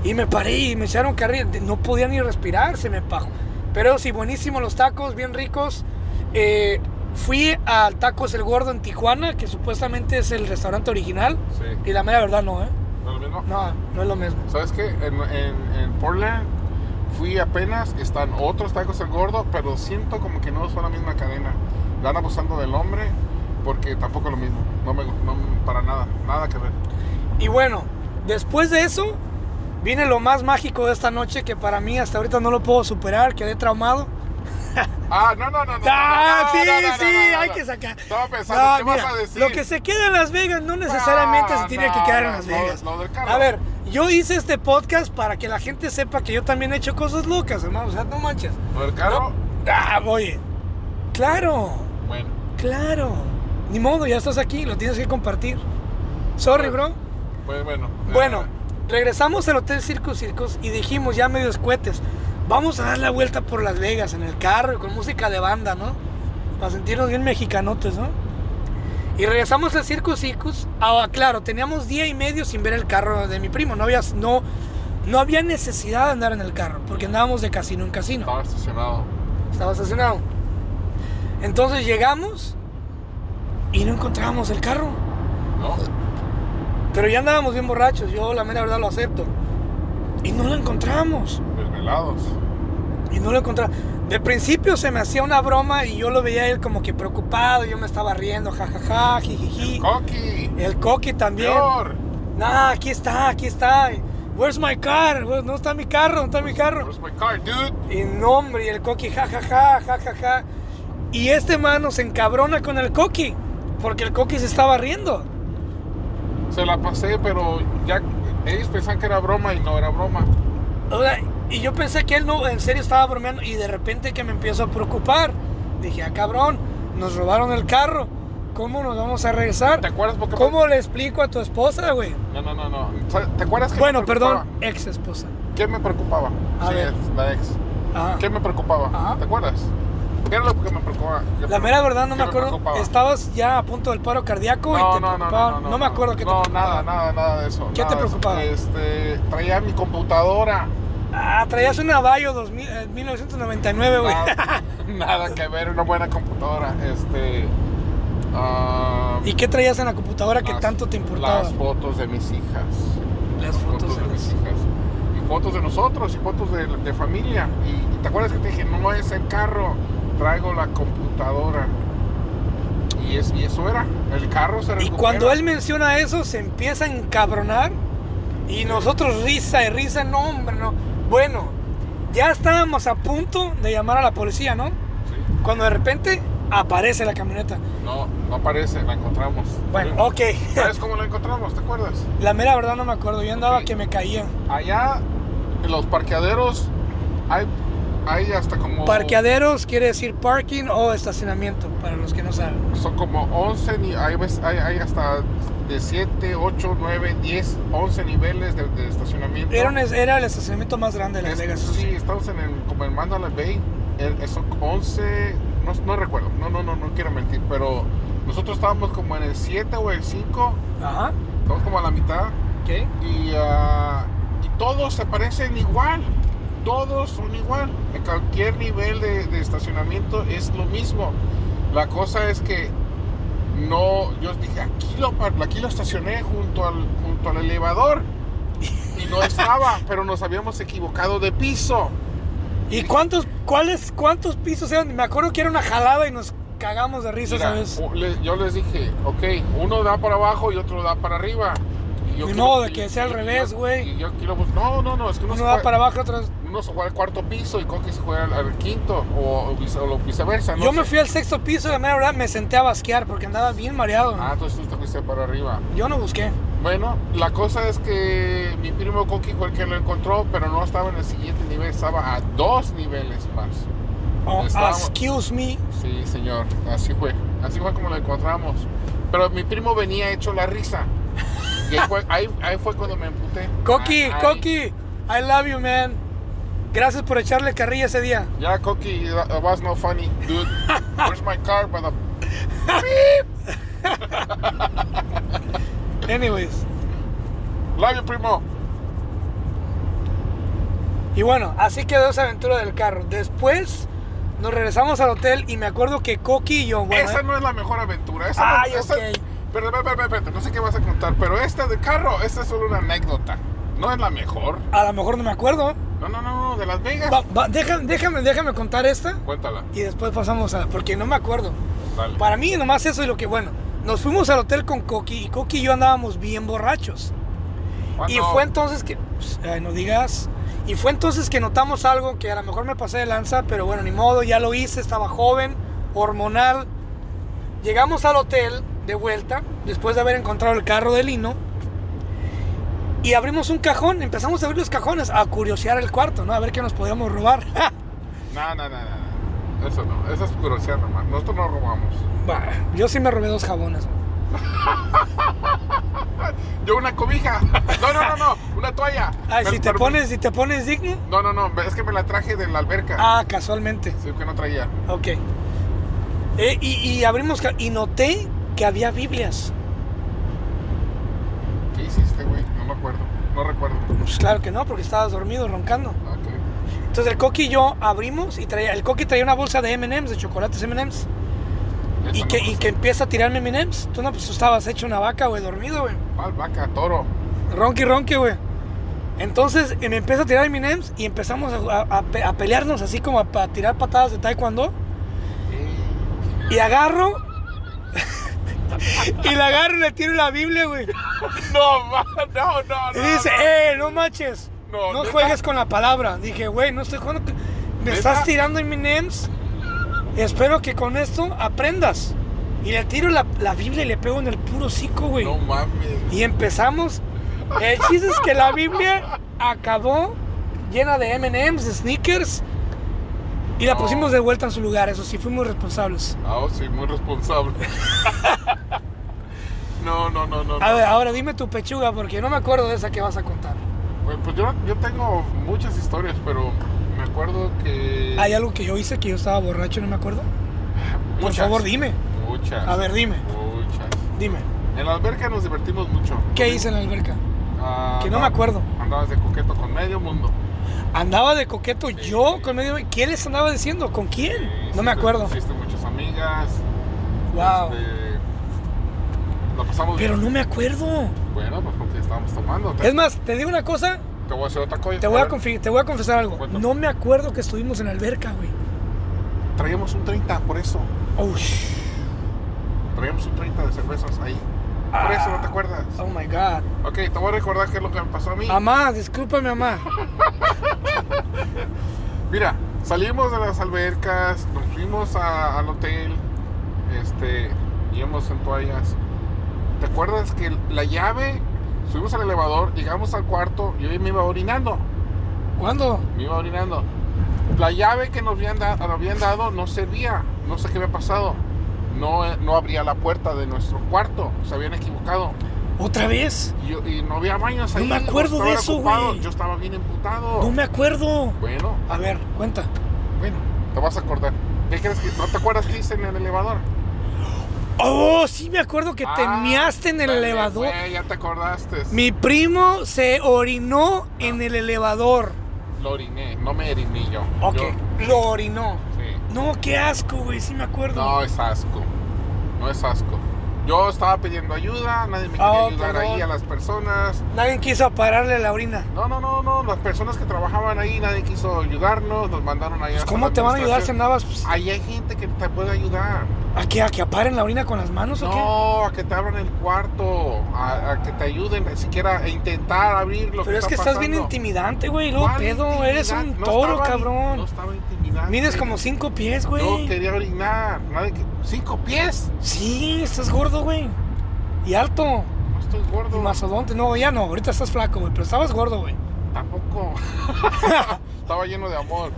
Speaker 1: Y me paré y me echaron carril. de- No podía ni respirar, se me pajo. Pero sí, buenísimos los tacos, bien ricos. Eh, fui al Tacos El Gordo en Tijuana, que supuestamente es el restaurante original.
Speaker 2: Sí.
Speaker 1: Y la mera verdad no, ¿eh?
Speaker 2: ¿No es lo mismo?
Speaker 1: No, no es lo mismo.
Speaker 2: ¿Sabes qué? En, en, en Portland fui apenas, están otros tacos el gordo, pero siento como que no son la misma cadena. Están abusando del hombre porque tampoco es lo mismo. No me gu- no, para nada, nada que ver.
Speaker 1: Y bueno, después de eso, viene lo más mágico de esta noche que para mí hasta ahorita no lo puedo superar, quedé traumado.
Speaker 2: Ah, no, no, no, no.
Speaker 1: Ah,
Speaker 2: no,
Speaker 1: sí,
Speaker 2: no, no, no,
Speaker 1: sí,
Speaker 2: no, no,
Speaker 1: hay
Speaker 2: no.
Speaker 1: que sacar.
Speaker 2: Estaba pensando,
Speaker 1: No,
Speaker 2: ¿qué
Speaker 1: mira,
Speaker 2: vas a decir?
Speaker 1: lo que se queda en Las Vegas no necesariamente
Speaker 2: Ah,
Speaker 1: se tiene
Speaker 2: no,
Speaker 1: que quedar en
Speaker 2: no,
Speaker 1: Las
Speaker 2: lo-
Speaker 1: Vegas.
Speaker 2: lo del carro.
Speaker 1: a ver, yo hice este podcast para que la gente sepa que yo también he hecho cosas locas, hermano. O sea, no manches.
Speaker 2: ¿Lo del carro?
Speaker 1: Ah, oye. Claro,
Speaker 2: Bueno.
Speaker 1: claro. Ni modo, ya estás aquí, lo tienes que compartir. Sorry, bro.
Speaker 2: Pues bueno. eh,
Speaker 1: Bueno, regresamos al Hotel Circus Circus y dijimos ya medio escuetes, vamos a dar la vuelta por Las Vegas en el carro con música de banda, ¿no? Para sentirnos bien mexicanotes, ¿no? Y regresamos al Circus Circus. Ah, claro, teníamos día y medio sin ver el carro de mi primo. No había, no, no había necesidad de andar en el carro porque andábamos de casino en casino.
Speaker 2: Estaba estacionado.
Speaker 1: Estaba estacionado. Entonces llegamos y no encontrábamos el carro.
Speaker 2: ¿No?
Speaker 1: Pero ya andábamos bien borrachos, yo la mera verdad lo acepto. Y no lo encontramos.
Speaker 2: Desvelados.
Speaker 1: Y no lo encontramos. De principio se me hacía una broma y yo lo veía a él como que preocupado, yo me estaba riendo, jajaja, jijiji.
Speaker 2: ¡Coqui!
Speaker 1: El coqui también.
Speaker 2: ¡Peor!
Speaker 1: Nah, aquí está, aquí está. Where's my car? Where- No está mi carro, no está mi carro.
Speaker 2: Where's my car, dude?
Speaker 1: Y no, hombre, y el coqui, jajaja, jajaja. Y este mano se encabrona con el coqui, porque el coqui se estaba riendo.
Speaker 2: Se la pasé, pero ya ellos pensaban que era broma y no era broma.
Speaker 1: O sea, y yo pensé que él no, en serio estaba bromeando y de repente que me empiezo a preocupar. Dije, ah, cabrón, nos robaron el carro. ¿Cómo nos vamos a
Speaker 2: ¿Te
Speaker 1: regresar?
Speaker 2: acuerdas por qué?
Speaker 1: ¿Cómo le explico a tu esposa, güey?
Speaker 2: No, no, no, no. ¿Sabes- ¿Te acuerdas que
Speaker 1: Bueno,
Speaker 2: me preocupaba?
Speaker 1: perdón, ex esposa.
Speaker 2: ¿Qué me preocupaba?
Speaker 1: A
Speaker 2: sí,
Speaker 1: ver.
Speaker 2: es la ex.
Speaker 1: Ajá.
Speaker 2: ¿Qué me preocupaba?
Speaker 1: Ajá.
Speaker 2: ¿Te acuerdas? ¿Qué era lo que me preocupaba? ¿Qué
Speaker 1: La
Speaker 2: pre-
Speaker 1: mera verdad no
Speaker 2: qué
Speaker 1: me acuerdo.
Speaker 2: preocupaba?
Speaker 1: Estabas ya a punto del paro cardíaco y te preocupaba. No, me acuerdo qué te
Speaker 2: No,
Speaker 1: preocupaba.
Speaker 2: nada, nada, nada de eso.
Speaker 1: ¿Qué
Speaker 2: nada
Speaker 1: te
Speaker 2: de eso.
Speaker 1: preocupaba?
Speaker 2: Este, traía mi computadora.
Speaker 1: Ah, traías una Bayo 2000, eh, 1999, *laughs* güey.
Speaker 2: Nada, nada que ver, una buena computadora. Este. Ah,
Speaker 1: *laughs* ¿Y qué traías en la computadora que
Speaker 2: las-
Speaker 1: tanto te importaba?
Speaker 2: Las fotos de mis hijas.
Speaker 1: Las fotos.
Speaker 2: de
Speaker 1: de
Speaker 2: mis
Speaker 1: las-
Speaker 2: hijas. Y fotos de nosotros y fotos de, de familia. Y, y te acuerdas que te dije, no es el carro, traigo la computadora. Y, es, y eso era, el carro se
Speaker 1: Y
Speaker 2: recupera.
Speaker 1: cuando él menciona eso, se empieza a encabronar. Y nosotros risa y risa, no, hombre, no. Bueno, ya estábamos a punto de llamar a la policía, ¿no?
Speaker 2: Sí.
Speaker 1: Cuando de repente aparece la camioneta.
Speaker 2: No, no aparece, la encontramos.
Speaker 1: Bueno, ok. *laughs*
Speaker 2: ¿Sabes cómo la encontramos? ¿Te acuerdas?
Speaker 1: La mera verdad no me acuerdo. Yo andaba
Speaker 2: Ok.
Speaker 1: que me caía.
Speaker 2: Allá en los parqueaderos hay, hay hasta como...
Speaker 1: Parqueaderos quiere decir parking o estacionamiento, para los que no saben.
Speaker 2: Son como 11, ni- hay, veces- hay, hay hasta de 7, 8, 9, 10, 11 niveles de, de estacionamiento.
Speaker 1: Era, un- era el estacionamiento más grande de Las
Speaker 2: Es-
Speaker 1: Vegas. eso
Speaker 2: Este, Sí,
Speaker 1: sí.
Speaker 2: estamos en el, como en Mandalay Bay. el- eh, Son 11, no, no recuerdo, no, no, no, no quiero mentir, pero nosotros estábamos como en el 7 o el 5,
Speaker 1: Ajá.
Speaker 2: estamos como a la mitad
Speaker 1: Ok.
Speaker 2: y, ah, y todos se parecen igual. Todos son igual. En cualquier nivel de, de estacionamiento es lo mismo. La cosa es que no, yo dije, aquí lo, par- aquí lo estacioné junto al, junto al elevador. Y no estaba, *laughs* pero nos habíamos equivocado de piso.
Speaker 1: ¿Y cuántos, cuáles, cuántos pisos eran? Me acuerdo que era una jalada y nos cagamos de risa,
Speaker 2: Mira,
Speaker 1: ¿sabes?
Speaker 2: u- le- yo les dije, ok, uno da para abajo y otro da para arriba. Y
Speaker 1: Ni
Speaker 2: quiero-
Speaker 1: modo de
Speaker 2: y-
Speaker 1: que sea al
Speaker 2: y- y
Speaker 1: revés,
Speaker 2: yo-
Speaker 1: güey.
Speaker 2: y yo quiero bus- No, no, no, es que uno,
Speaker 1: Uno
Speaker 2: se
Speaker 1: va
Speaker 2: juega,
Speaker 1: para abajo, otro.
Speaker 2: uno se juega al cuarto piso y Coqui se juega al, al quinto o, o vice- o lo- viceversa. No
Speaker 1: Yo me
Speaker 2: sé.
Speaker 1: fui al sexto piso y la mera verdad me senté a basquear porque andaba bien mareado.
Speaker 2: Ah, entonces tú te fuiste para arriba.
Speaker 1: Yo no busqué.
Speaker 2: Bueno, la cosa es que mi primo Coqui fue el que lo encontró, pero no estaba en el siguiente nivel, estaba a dos niveles más.
Speaker 1: Oh,
Speaker 2: Estábamos-
Speaker 1: excuse me.
Speaker 2: Sí, señor, así fue. Así fue como lo encontramos. Pero mi primo venía hecho la risa. Y ahí fue, ahí- ahí fue cuando me emputé.
Speaker 1: Coqui,
Speaker 2: Ah, ahí.
Speaker 1: Coqui, I love you, man. Gracias por echarle carrilla ese día.
Speaker 2: Ya, Coqui, that that was no funny, dude. Where's my car, uh, brother?
Speaker 1: Anyways.
Speaker 2: Love you, primo.
Speaker 1: Y bueno, así quedó esa aventura del carro. Después nos regresamos al hotel y me acuerdo que Coqui y yo, bueno,
Speaker 2: esa
Speaker 1: eh,
Speaker 2: no es la mejor aventura. Esa no-
Speaker 1: Ay,
Speaker 2: esa-
Speaker 1: ok.
Speaker 2: Pero, pero, pero, pero, no sé qué vas a contar, pero esta de carro, esta es solo una anécdota. No es la mejor.
Speaker 1: a lo mejor no me acuerdo.
Speaker 2: No, no, no, no, de Las Vegas.
Speaker 1: Va- va, déjame, déjame, déjame contar esta
Speaker 2: Cuéntala,
Speaker 1: y después pasamos a... Porque no me acuerdo.
Speaker 2: dale.
Speaker 1: Para mí nomás eso es lo que, bueno, nos fuimos al hotel con Coqui y Coqui y yo andábamos bien borrachos.
Speaker 2: Ah,
Speaker 1: Y
Speaker 2: no.
Speaker 1: fue entonces que, pues, ay, no digas, y fue entonces que notamos algo que a lo mejor me pasé de lanza, pero bueno, ni modo, ya lo hice, estaba joven, hormonal. Llegamos al hotel de vuelta, después de haber encontrado el carro de Lino, y abrimos un cajón, empezamos a abrir los cajones, a curiosear el cuarto, ¿no? A ver qué nos podíamos robar. *laughs*
Speaker 2: No, no, no, no, no. Eso no, esa es curiosidad nomás. Nosotros no robamos.
Speaker 1: Bah, yo sí me robé dos jabones.
Speaker 2: Yo una cobija. *laughs* No, no, no, no. Una toalla.
Speaker 1: Ay,
Speaker 2: Me-
Speaker 1: si te
Speaker 2: pero-
Speaker 1: pones, si te pones digno.
Speaker 2: No, no, no. Es que me la traje de la alberca.
Speaker 1: Ah, casualmente.
Speaker 2: Sí, que no traía.
Speaker 1: Ok. Eh, y, y abrimos ca- y noté que había Biblias.
Speaker 2: ¿Qué hiciste, güey? No me acuerdo. No recuerdo. Ah,
Speaker 1: Pues claro que no, porque estabas dormido, roncando.
Speaker 2: Ok.
Speaker 1: Entonces el Coqui y yo abrimos y traía, el Coqui traía una bolsa de MMs, de chocolates MMs.
Speaker 2: Esa
Speaker 1: Y
Speaker 2: no
Speaker 1: que,
Speaker 2: me
Speaker 1: y
Speaker 2: gusta.
Speaker 1: que empieza a tirarme MMs. Tú no, pues tú estabas hecho una vaca, güey, dormido, güey.
Speaker 2: ¿Cuál vaca? Toro.
Speaker 1: Ronqui, ronqui, güey. Entonces eh, me empieza a tirar MMs y empezamos a, a- a pe- a pelearnos, así como a, a tirar patadas de taekwondo. Y agarro. *laughs* y la agarro y le tiro la Biblia, güey.
Speaker 2: No, ma- no, no,
Speaker 1: Y
Speaker 2: no.
Speaker 1: dice,
Speaker 2: no.
Speaker 1: eh, no manches.
Speaker 2: No,
Speaker 1: No,
Speaker 2: neta.
Speaker 1: juegues con la palabra. Dije, güey, no estoy jugando. con- Me
Speaker 2: Neta.
Speaker 1: estás tirando M&M's. Espero que con esto aprendas. Y le tiro la, la Biblia y le pego en el puro hocico, güey.
Speaker 2: No mames.
Speaker 1: Y empezamos. El chiste es que la Biblia acabó llena de M&M's, de sneakers. Y la
Speaker 2: No.
Speaker 1: pusimos de vuelta en su lugar. Eso sí, fuimos responsables.
Speaker 2: Ah, oh, sí, muy responsable. *laughs* No, no, no, no.
Speaker 1: A
Speaker 2: no.
Speaker 1: ver, ahora dime tu pechuga porque no me acuerdo de esa que vas a contar.
Speaker 2: Güey, Pues yo, yo tengo muchas historias, pero me acuerdo que.
Speaker 1: Hay algo que yo hice que yo estaba borracho, no me acuerdo. Por
Speaker 2: Muchas,
Speaker 1: favor, dime.
Speaker 2: Muchas.
Speaker 1: A ver, dime,
Speaker 2: Muchas.
Speaker 1: dime.
Speaker 2: En la alberca nos divertimos mucho.
Speaker 1: ¿Qué hice en la alberca?
Speaker 2: Ah,
Speaker 1: Que no me acuerdo.
Speaker 2: Andabas de coqueto con medio mundo.
Speaker 1: Andaba de coqueto yo con medio. ¿Quién les andaba diciendo? ¿Con quién? No
Speaker 2: Hiciste-
Speaker 1: me acuerdo.
Speaker 2: Hiciste muchas amigas.
Speaker 1: Wow.
Speaker 2: este, la pasamos
Speaker 1: Pero
Speaker 2: bien.
Speaker 1: no me acuerdo.
Speaker 2: Bueno, pues porque estábamos tomando. Te,
Speaker 1: Es más, te digo una cosa,
Speaker 2: te voy a hacer otra cosa.
Speaker 1: te voy a, confi- te voy a confesar algo.
Speaker 2: Cuéntame.
Speaker 1: No me acuerdo que estuvimos en alberca, güey.
Speaker 2: Traíamos un 30, por eso.
Speaker 1: Oh, sh-
Speaker 2: Traíamos un 30 de cervezas ahí. Por eso no te acuerdas.
Speaker 1: oh Ah, my God.
Speaker 2: Ok, te voy a recordar qué es lo que me pasó a mí.
Speaker 1: Mamá, discúlpame, mamá.
Speaker 2: Mira, salimos de las albercas, nos fuimos a- al hotel, este, íbamos en toallas. ¿Te acuerdas que la llave, subimos al elevador, llegamos al cuarto, yo me iba orinando,
Speaker 1: ¿Cuándo?
Speaker 2: me iba orinando. La llave que nos habían, da- nos habían dado no servía, no sé qué había pasado. No, no abría la puerta de nuestro cuarto, se habían equivocado.
Speaker 1: ¿Otra vez?
Speaker 2: Y, yo- y no había baños
Speaker 1: No
Speaker 2: ahí.
Speaker 1: me acuerdo
Speaker 2: estaba
Speaker 1: de eso,
Speaker 2: ocupado,
Speaker 1: güey.
Speaker 2: Yo estaba bien emputado.
Speaker 1: No me acuerdo.
Speaker 2: Bueno,
Speaker 1: A ver, cuenta.
Speaker 2: Bueno, te vas a acordar. ¿Qué crees que no te acuerdas que hice en el elevador?
Speaker 1: Oh, sí me acuerdo que te
Speaker 2: Ah,
Speaker 1: miaste en el
Speaker 2: dale,
Speaker 1: elevador.
Speaker 2: güey, ya te acordaste.
Speaker 1: Mi primo se orinó en el elevador.
Speaker 2: Lo oriné, no me oriné yo.
Speaker 1: Ok,
Speaker 2: Yo-
Speaker 1: lo orinó.
Speaker 2: sí.
Speaker 1: No, qué asco, güey, sí me acuerdo.
Speaker 2: No es asco. No es asco. Yo estaba pidiendo ayuda, nadie me quería
Speaker 1: Ah,
Speaker 2: ayudar
Speaker 1: perdón.
Speaker 2: ahí a las personas.
Speaker 1: Nadie quiso pararle la orina.
Speaker 2: No, no, no, no. Las personas que trabajaban ahí, nadie quiso ayudarnos, nos mandaron ahí.
Speaker 1: Pues,
Speaker 2: hasta
Speaker 1: ¿Cómo
Speaker 2: la
Speaker 1: te van a ayudar si
Speaker 2: administración.
Speaker 1: andabas? pues,
Speaker 2: Ahí hay gente que te puede ayudar.
Speaker 1: ¿A qué? ¿A que aparen la orina con las manos o qué?
Speaker 2: No, a que te abran el cuarto, a, a que te ayuden, ni siquiera a intentar abrirlo.
Speaker 1: Pero es que estás bien intimidante, güey. Luego
Speaker 2: ¿Cuál
Speaker 1: pedo,
Speaker 2: intimidad?
Speaker 1: eres un
Speaker 2: No
Speaker 1: toro,
Speaker 2: estaba-
Speaker 1: cabrón.
Speaker 2: No estaba intimidante.
Speaker 1: Mides como cinco pies, güey.
Speaker 2: Yo quería orinar. Nadie que- ¿Cinco pies?
Speaker 1: Sí, estás gordo, güey. Y alto.
Speaker 2: No estoy
Speaker 1: Y
Speaker 2: gordo.
Speaker 1: mazodonte. No, ya no. Ahorita estás flaco, güey. Pero estabas gordo,
Speaker 2: *laughs*
Speaker 1: güey.
Speaker 2: Tampoco. Estaba lleno de amor.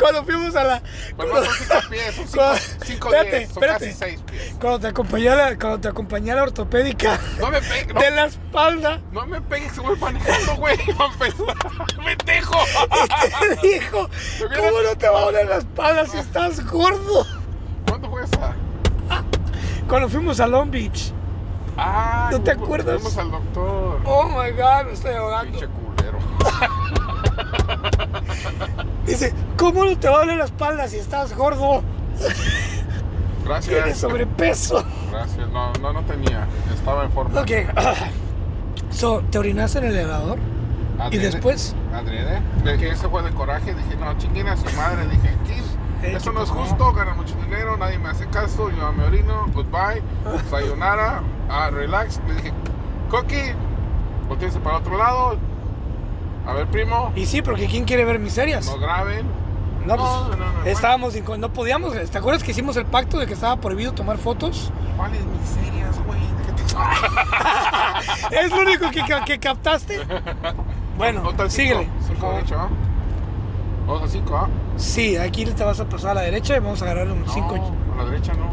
Speaker 1: Cuando fuimos a la.
Speaker 2: Pero
Speaker 1: *laughs*
Speaker 2: no son cinco pies, son cinco,
Speaker 1: Cuando-
Speaker 2: cinco
Speaker 1: Espérate,
Speaker 2: diez, son
Speaker 1: espérate.
Speaker 2: casi seis pies.
Speaker 1: Cuando te acompañé a la, cuando te acompañé a la ortopédica
Speaker 2: No me pegues, no,
Speaker 1: de la espalda, *laughs*
Speaker 2: no me pegues, voy manejando, güey. *laughs* Para empezar. *laughs* ¡Pendejo!
Speaker 1: te *laughs* dijo, ¿cómo no te va a doler la espalda si estás gordo?
Speaker 2: ¿Cuándo fue esa?
Speaker 1: Cuando fuimos a Long Beach.
Speaker 2: Ah,
Speaker 1: ¿No te
Speaker 2: fuimos-
Speaker 1: acuerdas?
Speaker 2: Fuimos al doctor.
Speaker 1: Oh my God, me estoy
Speaker 2: Pinche
Speaker 1: ahogando.
Speaker 2: culero.
Speaker 1: Dice, ¿cómo no te va a doler la espalda si estás gordo? Tienes *laughs*
Speaker 2: Gracias.
Speaker 1: sobrepeso.
Speaker 2: Gracias. No, no, no tenía. Estaba en forma.
Speaker 1: Ok. *clears throat* So, ¿te orinaste en el elevador? ¿Y
Speaker 2: Adrede-
Speaker 1: después?
Speaker 2: Adrede. De que ese fue de coraje. Dije, no, chinguen a su madre. Dije, aquí,
Speaker 1: Eh,
Speaker 2: eso
Speaker 1: ¿qué
Speaker 2: no es
Speaker 1: pasó?
Speaker 2: justo. Gana mucho dinero. Nadie me hace caso. Yo me orino. Goodbye. Sayonara. Ah, relax. Le dije, Coqui, volteense para otro lado. A ver, primo.
Speaker 1: Y sí, porque ¿quién quiere ver miserias?
Speaker 2: No graben.
Speaker 1: No,
Speaker 2: No,
Speaker 1: pues,
Speaker 2: no, no, no.
Speaker 1: estábamos, inco- no podíamos, ¿te acuerdas que hicimos el pacto de que estaba prohibido tomar fotos?
Speaker 2: ¿Cuáles miserias, güey? ¿De qué te- *laughs*
Speaker 1: ¿Es lo único que, ca- que captaste? Bueno,
Speaker 2: Otra cinco.
Speaker 1: síguele. por
Speaker 2: Cinco
Speaker 1: favor.
Speaker 2: derecho, ¿ah? Vamos a cinco, ¿ah?
Speaker 1: Sí, aquí te vas a pasar a la derecha y vamos a agarrar un
Speaker 2: No,
Speaker 1: 5.
Speaker 2: a la derecha no.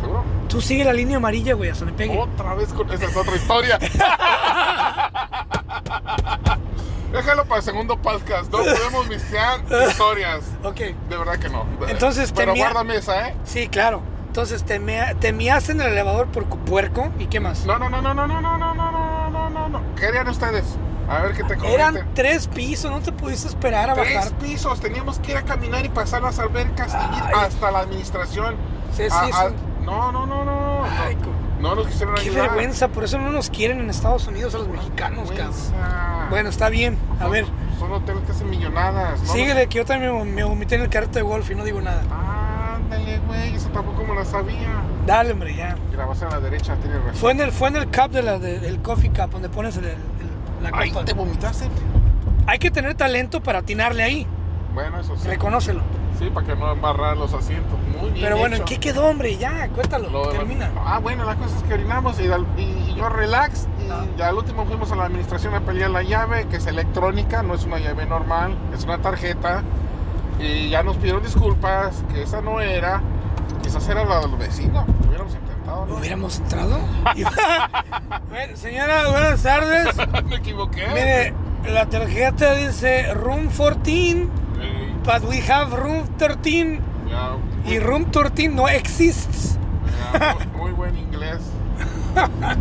Speaker 2: ¿Seguro?
Speaker 1: Tú sigue la línea amarilla, güey, hasta me pegue.
Speaker 2: Otra vez con esa es otra
Speaker 1: *laughs*
Speaker 2: historia. Déjalo para el segundo podcast. No podemos mezclar historias.
Speaker 1: Ok,
Speaker 2: De verdad que no.
Speaker 1: Entonces,
Speaker 2: Pero
Speaker 1: tenía-
Speaker 2: guárdame esa, ¿eh?
Speaker 1: sí, claro. Entonces te, mea- te miaste en el elevador por cu- puerco y qué más.
Speaker 2: No, no, no, no, no, no, no, no, no, no, no, no. ¿Qué harían ustedes? A ver qué te comenten.
Speaker 1: Eran tres pisos, no te pudiste esperar a
Speaker 2: Tres
Speaker 1: bajar.
Speaker 2: pisos. Teníamos que ir a caminar y pasar las albercas y ir
Speaker 1: Ay.
Speaker 2: hasta la administración.
Speaker 1: Sí, sí,
Speaker 2: A-
Speaker 1: sí.
Speaker 2: a- No, no, no, no.
Speaker 1: Ay,
Speaker 2: Ah, No,
Speaker 1: co-
Speaker 2: no nos quisieron
Speaker 1: qué
Speaker 2: ayudar.
Speaker 1: vergüenza, por eso no nos quieren en Estados Unidos a los mexicanos, cabrón.
Speaker 2: Vergüenza.
Speaker 1: Bueno, está bien, a
Speaker 2: Son-
Speaker 1: ver.
Speaker 2: Son hoteles que hacen millonadas. ¿no?
Speaker 1: Síguele, que yo también me- me vomité en el carrete de golf y no digo nada.
Speaker 2: Ándale, güey, eso tampoco me lo sabía.
Speaker 1: Dale, hombre, ya.
Speaker 2: Y la base a la derecha, tiene razón.
Speaker 1: Fue en el, fue en el cup de la- de- del coffee cup, donde pones el- el- el- la
Speaker 2: Ay,
Speaker 1: copa.
Speaker 2: ¿te vomitaste?
Speaker 1: Hay que tener talento para atinarle ahí,
Speaker 2: Bueno, eso sí.
Speaker 1: reconócelo.
Speaker 2: Sí, para que no embarrar los asientos. Muy bien.
Speaker 1: Pero bueno, ¿en
Speaker 2: hecho.
Speaker 1: qué quedó, hombre? Ya, cuéntalo,
Speaker 2: Lo de la-
Speaker 1: termina.
Speaker 2: Ah, bueno, la cosa es que orinamos y, al- y- y yo relax. Y
Speaker 1: Ah.
Speaker 2: al último fuimos a la administración a pelear la llave, que es electrónica, no es una llave normal, es una tarjeta. Y ya nos pidieron disculpas, que esa no era. Quizás era la del vecino, lo hubiéramos
Speaker 1: ¿No
Speaker 2: intentado. ¿no?
Speaker 1: hubiéramos entrado? *laughs* Bueno, señora, buenas
Speaker 2: *laughs*
Speaker 1: tardes.
Speaker 2: Me equivoqué.
Speaker 1: Mire, la tarjeta dice room 14,
Speaker 2: Ey,
Speaker 1: but we have room 13,
Speaker 2: ya,
Speaker 1: y room 13 no exists.
Speaker 2: ya, muy- muy buen inglés.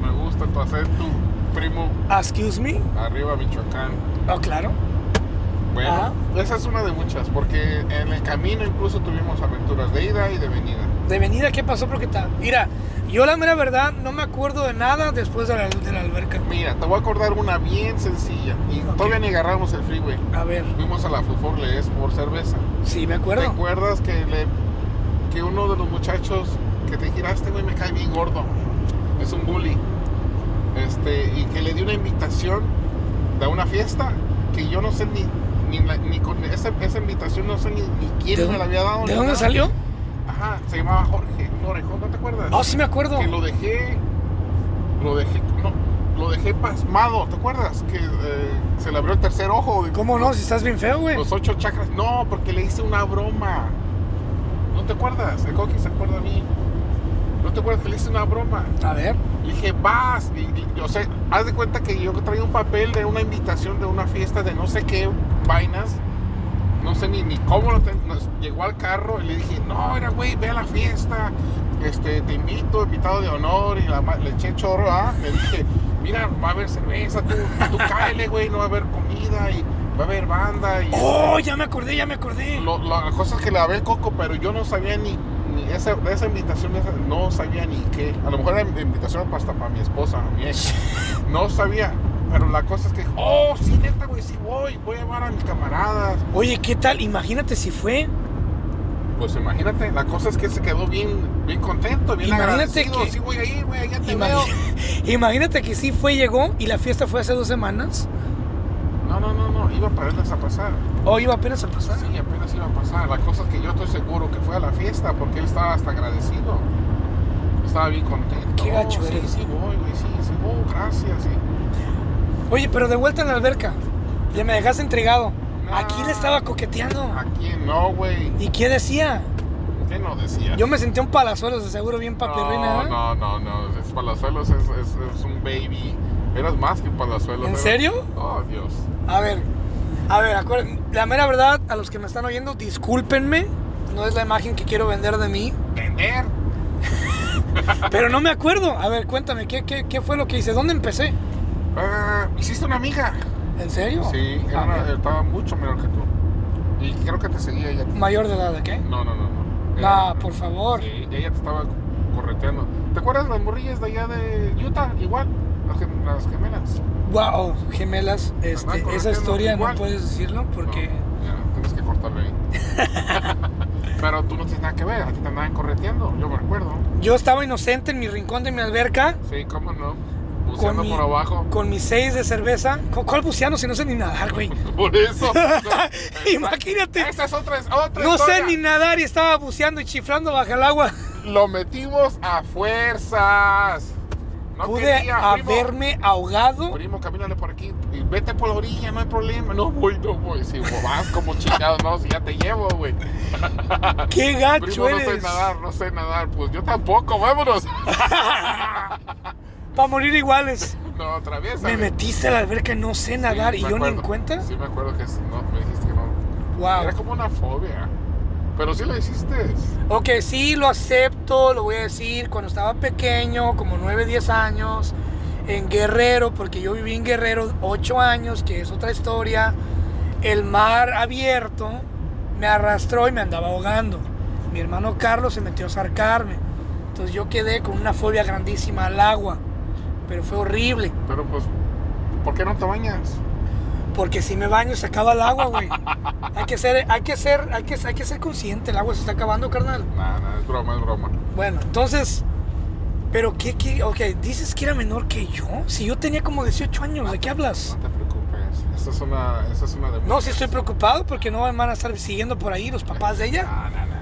Speaker 2: Me gusta tu acento, primo.
Speaker 1: Excuse me.
Speaker 2: Arriba Michoacán.
Speaker 1: Oh, claro.
Speaker 2: Bueno,
Speaker 1: Ajá.
Speaker 2: esa es una de muchas, porque en el camino incluso tuvimos aventuras de ida y de venida.
Speaker 1: De venida, ¿qué pasó? Porque está. Mira, yo la mera verdad no me acuerdo de nada después de la, de la alberca.
Speaker 2: Mira, te voy a acordar una bien sencilla. Y
Speaker 1: Ok.
Speaker 2: todavía ni agarramos el freeway.
Speaker 1: A ver,
Speaker 2: Fuimos a la Fútbol es por cerveza.
Speaker 1: sí, me
Speaker 2: ¿Te
Speaker 1: acuerdo.
Speaker 2: acuerdas que, le, que uno de los muchachos que te giraste, güey, me cae bien gordo? Es un bully. Este, y que le di una invitación de una fiesta que yo no sé ni, ni, la- ni con esa, esa invitación no sé ni, ni
Speaker 1: ¿De
Speaker 2: quién me
Speaker 1: dónde-
Speaker 2: la había dado.
Speaker 1: ¿De
Speaker 2: ni
Speaker 1: dónde
Speaker 2: nada.
Speaker 1: salió?
Speaker 2: Ajá, se llamaba Jorge Orejón, ¿no te acuerdas?
Speaker 1: Oh, sí, me acuerdo.
Speaker 2: que lo dejé, lo dejé, no, lo dejé pasmado, ¿te acuerdas? Que eh, se le abrió el tercer ojo. de-
Speaker 1: ¿Cómo no? Si estás bien feo, güey.
Speaker 2: Los ocho chakras. No, porque le hice una broma. ¿No te acuerdas? El Coqui se acuerda a mí. ¿No te acuerdas que le hice una broma?
Speaker 1: A ver,
Speaker 2: Le dije, vas. Y, y- o sea, haz de cuenta que yo traía un papel de una invitación de una fiesta de no sé qué vainas. No sé ni, ni cómo lo ten- nos llegó al carro y le dije, no, era güey, ve a la fiesta. Este, te invito, invitado de honor. Y la ma- le eché chorro, ¿ah? Le dije, mira, va a haber cerveza, tú, tú *laughs* cáele, güey, no va a haber comida y va a haber banda. Y
Speaker 1: Oh, ya me acordé, ya me acordé.
Speaker 2: lo, lo- las cosas que le hablé el coco, pero yo no sabía ni, ni esa, de esa invitación, esa- no sabía ni qué. A lo mejor era la invitación hasta para mi esposa, mi ex. No sabía, pero la cosa es que, oh, sí, neta, güey, sí voy, voy a llevar a mis camaradas.
Speaker 1: Oye, ¿qué tal? Imagínate si fue.
Speaker 2: Pues imagínate, la cosa es que se quedó bien, bien contento, bien
Speaker 1: Imagínate
Speaker 2: agradecido.
Speaker 1: que-
Speaker 2: Sí voy ahí, güey, allá te
Speaker 1: Imagina-
Speaker 2: veo.
Speaker 1: Imagínate que sí fue, llegó y la fiesta fue hace dos semanas.
Speaker 2: No, no, no, no, iba para irles a pasar.
Speaker 1: O Oh, iba apenas a pasar.
Speaker 2: Sí, apenas iba a pasar. La cosa es que yo estoy seguro que fue a la fiesta porque él estaba hasta agradecido. Estaba bien contento.
Speaker 1: Qué gacho
Speaker 2: Oh, Sí,
Speaker 1: eres.
Speaker 2: sí, voy, güey, sí, sí, oh, gracias. sí.
Speaker 1: Oye, pero de vuelta en la alberca. Ya me dejaste entregado.
Speaker 2: No.
Speaker 1: Aquí le estaba coqueteando.
Speaker 2: ¿A quién no, güey?
Speaker 1: ¿Y qué decía?
Speaker 2: ¿Qué no decía?
Speaker 1: Yo me sentí un palazuelo, de seguro, bien papirrina. ¿eh?
Speaker 2: No, no, no, no. Es Palazuelos es, es, es un baby. Eras más que Palazuelos.
Speaker 1: ¿En
Speaker 2: eras-
Speaker 1: serio?
Speaker 2: Oh, Dios.
Speaker 1: A ver, a ver, acuérdense. La mera verdad, a los que me están oyendo, discúlpenme. No es la imagen que quiero vender de mí.
Speaker 2: Vender.
Speaker 1: Pero no me acuerdo. A ver, cuéntame, ¿qué, qué, qué fue lo que hice? ¿Dónde empecé?
Speaker 2: Ah, ¿Hiciste una amiga?
Speaker 1: ¿En serio?
Speaker 2: Sí, era
Speaker 1: Ah,
Speaker 2: una-
Speaker 1: mira.
Speaker 2: estaba mucho menor que tú. Y creo que te seguía ella.
Speaker 1: Mayor de edad, ¿qué?
Speaker 2: No, no, no. No,
Speaker 1: Nah, por favor.
Speaker 2: Eh, Sí, ella te estaba correteando. ¿Te acuerdas las morrillas de allá de Utah? Igual, las, gem- las gemelas.
Speaker 1: Wow, gemelas.
Speaker 2: Ajá,
Speaker 1: Este,
Speaker 2: correcto,
Speaker 1: esa historia no
Speaker 2: igual.
Speaker 1: puedes decirlo porque.
Speaker 2: No, ya, tienes que
Speaker 1: *laughs*
Speaker 2: cortarle ahí. Pero tú no tienes nada que ver, a ti te andaban correteando, yo me recuerdo.
Speaker 1: Yo estaba inocente en mi rincón de mi alberca
Speaker 2: Sí, cómo no. Buceando
Speaker 1: mi-
Speaker 2: por abajo. *laughs*
Speaker 1: con mis seis de cerveza. ¿Cu- ¿Cuál buceano si no sé ni nadar,
Speaker 2: *laughs*
Speaker 1: güey? *laughs*
Speaker 2: Por eso.
Speaker 1: Imagínate.
Speaker 2: Esa es otra, es otra
Speaker 1: No sé
Speaker 2: historia.
Speaker 1: ni nadar y estaba buceando y chiflando bajo el agua.
Speaker 2: Lo metimos a fuerzas. No
Speaker 1: Pude
Speaker 2: quería, primo.
Speaker 1: haberme ahogado.
Speaker 2: Primo, camínale por aquí. Y vete por la orilla, no hay problema. No voy, no voy. Si vas como chingado, no, si ya te llevo, güey.
Speaker 1: Ah, ¡Qué gacho
Speaker 2: Primo, no sé
Speaker 1: eres!
Speaker 2: nadar, no sé nadar. Pues yo tampoco, vámonos.
Speaker 1: Para morir iguales.
Speaker 2: No, atraviesa.
Speaker 1: Me metiste a la alberca, no sé nadar y yo ni Ah. en cuenta.
Speaker 2: Sí, me acuerdo que sí, no, me dijiste que no.
Speaker 1: Wow.
Speaker 2: Era como una fobia. Pero sí lo hiciste.
Speaker 1: Ok, sí, lo acepto, lo voy a decir. Cuando estaba pequeño, como 9, 10 años, en Guerrero, porque yo viví en Guerrero 8 años, que es otra historia, el mar abierto me arrastró y me andaba ahogando. Mi hermano Carlos se metió a zarcarme. Entonces yo quedé con una fobia grandísima al agua, pero fue horrible.
Speaker 2: Pero pues, ¿por qué no te bañas?
Speaker 1: Porque si me baño se acaba el agua, güey. Hay que ser, hay que ser, hay que, hay que ser consciente, el agua se está acabando, carnal.
Speaker 2: Nada, nada, es broma, es broma.
Speaker 1: Bueno, entonces, pero qué, qué, ok, dices que era menor que yo. Si yo tenía como 18 años, ¿de qué hablas?
Speaker 2: No te preocupes. Esta es una, esta es una de
Speaker 1: No, sí estoy preocupado porque no me van a estar siguiendo por ahí los papás de ella.
Speaker 2: No, no, no, no, no.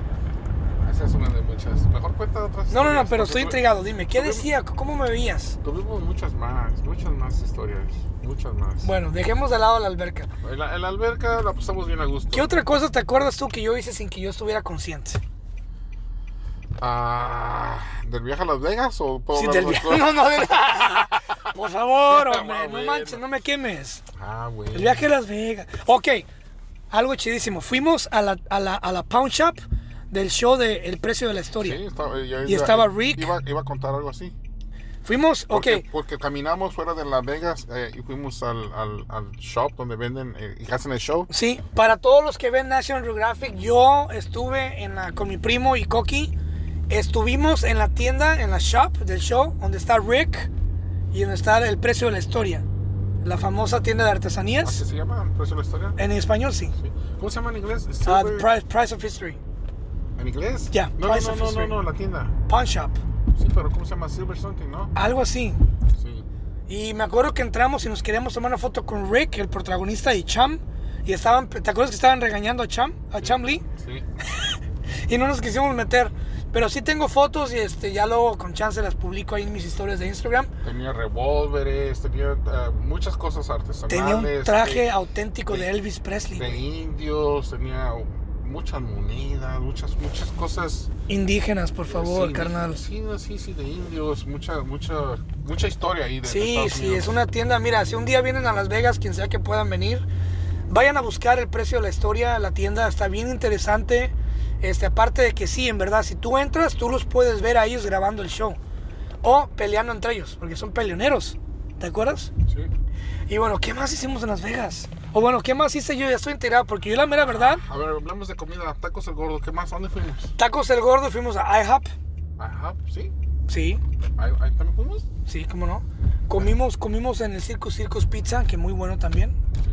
Speaker 2: Esa es una de muchas. Mejor cuenta otras.
Speaker 1: No, no, no, pero
Speaker 2: historias, porque
Speaker 1: estoy
Speaker 2: tu-
Speaker 1: intrigado. Dime, ¿qué decía? ¿Cómo me veías?
Speaker 2: Tuvimos muchas más, muchas más historias. Muchas más.
Speaker 1: Bueno, dejemos de lado la alberca.
Speaker 2: En la, en la alberca la pasamos bien a gusto.
Speaker 1: ¿Qué otra cosa te acuerdas tú que yo hice sin que yo estuviera consciente?
Speaker 2: Ah, ¿Del viaje a Las Vegas o puedo
Speaker 1: Sí,
Speaker 2: hablar
Speaker 1: del
Speaker 2: de
Speaker 1: via-
Speaker 2: otras
Speaker 1: *laughs* No, no, del- Por
Speaker 2: *laughs*
Speaker 1: favor, hombre, no
Speaker 2: Bueno.
Speaker 1: manches, no me quemes.
Speaker 2: cosas? Ah, güey.
Speaker 1: El viaje a Las Vegas. Ok, algo chidísimo. Fuimos a la, a la, a la Pound Shop del show de El Precio de la
Speaker 2: Sí,
Speaker 1: Historia.
Speaker 2: estaba, yo
Speaker 1: Y estaba Rick.
Speaker 2: Iba, iba a contar algo así.
Speaker 1: Fuimos, ok.
Speaker 2: Porque, porque caminamos fuera de Las Vegas eh, y fuimos al, al, al shop donde venden eh, y hacen el show.
Speaker 1: Sí, para todos los que ven National Geographic, yo estuve en la- con mi primo y Coqui Estuvimos en la tienda, en la shop del show, donde está Rick y donde está el precio de la historia. La famosa tienda de
Speaker 2: ¿Así
Speaker 1: artesanías.
Speaker 2: se llama? ¿El precio de la historia?
Speaker 1: En español, sí.
Speaker 2: Sí. ¿Cómo se llama en inglés?
Speaker 1: Eh. Ah,
Speaker 2: Silver-
Speaker 1: price, price of History.
Speaker 2: ¿En inglés?
Speaker 1: Ya,
Speaker 2: no,
Speaker 1: Price
Speaker 2: no,
Speaker 1: of
Speaker 2: no, no,
Speaker 1: History.
Speaker 2: no, la tienda.
Speaker 1: Pawn Shop.
Speaker 2: Sí, pero ¿cómo se llama? Silver something, ¿no?
Speaker 1: Algo así.
Speaker 2: Sí.
Speaker 1: Y me acuerdo que entramos y nos queríamos tomar una foto con Rick, el protagonista, y Cham. Y estaban, ¿te acuerdas que estaban regañando a Cham? A Cham Lee.
Speaker 2: Sí.
Speaker 1: Y no nos quisimos meter. Pero sí tengo fotos y este, ya luego con chance las publico ahí en mis historias de Instagram.
Speaker 2: Tenía revólveres, tenía eh, muchas cosas artesanales.
Speaker 1: Tenía un traje
Speaker 2: de-
Speaker 1: auténtico de Elvis Presley.
Speaker 2: de,
Speaker 1: güey.
Speaker 2: indios, tenía muchas monedas, muchas, muchas cosas.
Speaker 1: Indígenas, por favor,
Speaker 2: Pues Sí,
Speaker 1: carnal.
Speaker 2: Sí, no, sí, sí, de indios, mucha, mucha, mucha historia ahí de de
Speaker 1: Sí,
Speaker 2: Estados
Speaker 1: sí,
Speaker 2: Unidos.
Speaker 1: es una tienda. Mira, si un día vienen a Las Vegas, quien sea que puedan venir, vayan a buscar el precio de la historia. La tienda está bien interesante. Este, aparte de que sí, en verdad, si tú entras, tú los puedes ver a ellos grabando el show o peleando entre ellos, porque son peleoneros. ¿Te acuerdas?
Speaker 2: Sí.
Speaker 1: Y bueno, ¿qué más hicimos en Las Vegas? O bueno, ¿qué más hice yo? Ya estoy enterado, porque yo la mera verdad,
Speaker 2: A ver, hablamos de comida, tacos el gordo, ¿qué más? ¿A dónde fuimos?
Speaker 1: tacos el gordo, fuimos a IHOP.
Speaker 2: Ajá, sí.
Speaker 1: Sí,
Speaker 2: Ahí, ahí también fuimos.
Speaker 1: sí, cómo no. Comimos, comimos en el Circus Circus Pizza, que muy bueno también.
Speaker 2: Sí.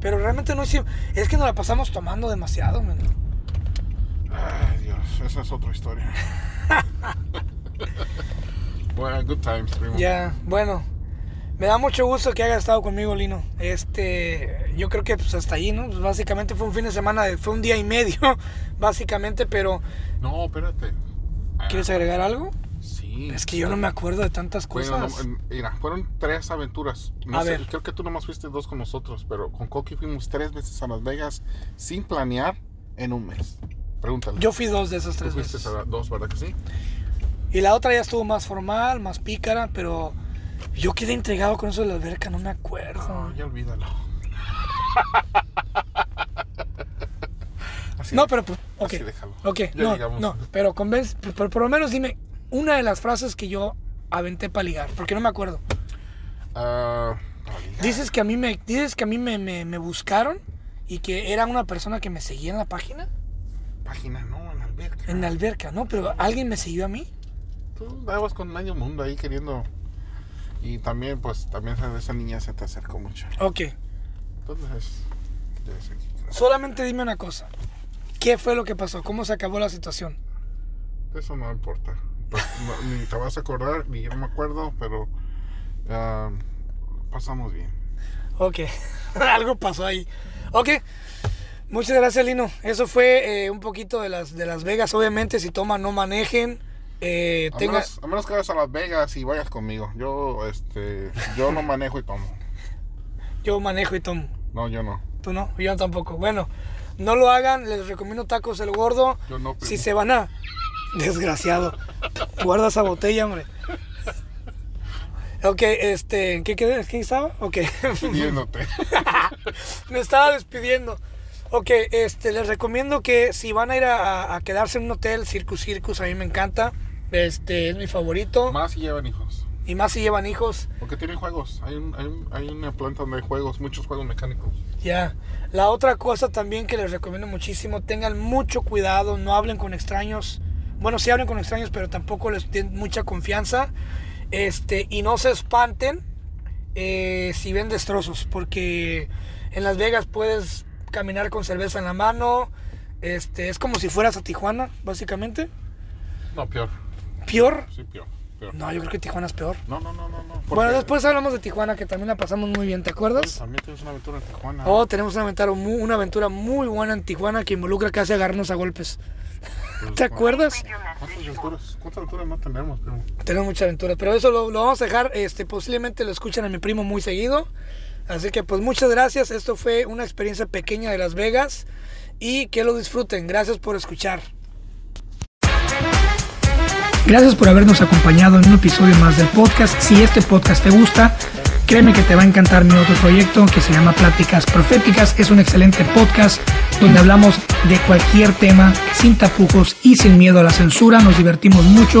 Speaker 1: Pero realmente no hicimos. Es que nos la pasamos tomando demasiado, men.
Speaker 2: Ay, Dios, esa es otra
Speaker 1: *laughs*
Speaker 2: historia. bueno, good times, primo.
Speaker 1: Ya, bueno. Me da mucho gusto que haya estado conmigo, Lino. Este, yo creo que pues hasta ahí, ¿no? Pues, básicamente fue un fin de semana, de- fue un día y medio, *laughs* básicamente, pero
Speaker 2: No, espérate. Ah,
Speaker 1: ¿quieres agregar algo?
Speaker 2: Sí.
Speaker 1: Es que yo no me acuerdo de tantas
Speaker 2: Bueno,
Speaker 1: cosas.
Speaker 2: no, em, eh, mira, fueron tres aventuras. No
Speaker 1: A
Speaker 2: sé,
Speaker 1: ver.
Speaker 2: Creo que tú nomás fuiste dos con nosotros, pero con Coqui fuimos tres veces a Las Vegas sin planear en un mes. Pregúntale.
Speaker 1: Yo fui dos de esas
Speaker 2: Tú
Speaker 1: tres
Speaker 2: fuiste
Speaker 1: veces.
Speaker 2: a la- dos, ¿verdad que sí?
Speaker 1: Y la otra ya estuvo más formal, más pícara, pero yo quedé intrigado con eso de la alberca, no me acuerdo.
Speaker 2: No, Ah, ya
Speaker 1: *laughs*
Speaker 2: olvídalo. Así
Speaker 1: No,
Speaker 2: de-
Speaker 1: pero pues, ok.
Speaker 2: así déjalo.
Speaker 1: Ok,
Speaker 2: Ya
Speaker 1: no,
Speaker 2: llegamos.
Speaker 1: no, pero convence, por, por- por lo menos dime una de las frases que yo aventé para ligar, porque no me acuerdo.
Speaker 2: Ah, no, diga.
Speaker 1: Dices que a mí me, dices que a mí me, me- me buscaron y que era una persona que me seguía en la página,
Speaker 2: Página no, en alberca.
Speaker 1: en la alberca, ¿no? Pero alguien me siguió a mí.
Speaker 2: Tú andabas con medio mundo ahí queriendo. Y también, pues, también esa niña se te acercó mucho.
Speaker 1: Ok,
Speaker 2: Entonces, ya sé.
Speaker 1: solamente dime una cosa. ¿Qué fue lo que pasó? ¿Cómo se acabó la situación?
Speaker 2: Eso no importa. Pues, no, ni te vas a acordar, ni yo me acuerdo, pero ah, pasamos bien.
Speaker 1: Ok, *laughs* algo pasó ahí. Ok, muchas gracias Lino. Eso fue eh, un poquito de las, de las Vegas. Obviamente si toman no manejen. Eh,
Speaker 2: A,
Speaker 1: tenga-
Speaker 2: menos, a menos que vayas a Las Vegas y vayas conmigo. Yo, este, yo no manejo y tomo.
Speaker 1: Yo manejo y tomo.
Speaker 2: No,
Speaker 1: *laughs*
Speaker 2: yo no.
Speaker 1: Tú no, yo tampoco. Bueno, no lo hagan. Les recomiendo tacos el gordo.
Speaker 2: Yo no, primo.
Speaker 1: Si se van a... Desgraciado. Guarda esa botella, hombre. Ok, este... ¿Qué quedé? ¿Qué estaba? Ok. *laughs*
Speaker 2: Pidiéndote.
Speaker 1: Me estaba despidiendo. Ok, este, les recomiendo que si van a ir a, a- a quedarse en un hotel, Circus Circus, a mí me encanta. Este es mi favorito.
Speaker 2: Más si llevan hijos.
Speaker 1: Y más si llevan hijos.
Speaker 2: Porque tienen juegos. Hay, un- hay, un- hay una planta donde hay juegos, muchos juegos mecánicos.
Speaker 1: Ya. La otra cosa también que les recomiendo muchísimo, tengan mucho cuidado, no hablen con extraños. Bueno, sí hablen con extraños, pero tampoco les den mucha confianza. Este, y no se espanten eh, si ven destrozos, porque en Las Vegas puedes caminar con cerveza en la mano. Este, es como si fueras a Tijuana, básicamente.
Speaker 2: No, peor.
Speaker 1: ¿Peor?
Speaker 2: Sí, peor. peor.
Speaker 1: No, yo creo que Tijuana es peor.
Speaker 2: No, no, no, no. no.
Speaker 1: Bueno,
Speaker 2: Porque-
Speaker 1: después hablamos de Tijuana, que también la pasamos muy bien, ¿te acuerdas?
Speaker 2: También tienes una aventura en Tijuana.
Speaker 1: Oh, tenemos una aventura, mu- una aventura muy buena en Tijuana que involucra casi agarrarnos a golpes.
Speaker 2: Pues,
Speaker 1: ¿Te acuerdas?
Speaker 2: ¿Cuántas aventuras? ¿Cuántas aventuras no tenemos, primo?
Speaker 1: Tenemos muchas aventuras, pero eso lo, lo vamos a dejar, este, posiblemente lo escuchan a mi primo muy seguido. Así que pues muchas gracias, esto fue una experiencia pequeña de Las Vegas y que lo disfruten, gracias por escuchar. Gracias por habernos acompañado en un episodio más del podcast. Si este podcast te gusta, créeme que te va a encantar mi otro proyecto que se llama Pláticas Proféticas. Es un excelente podcast donde hablamos de cualquier tema sin tapujos y sin miedo a la censura. Nos divertimos mucho,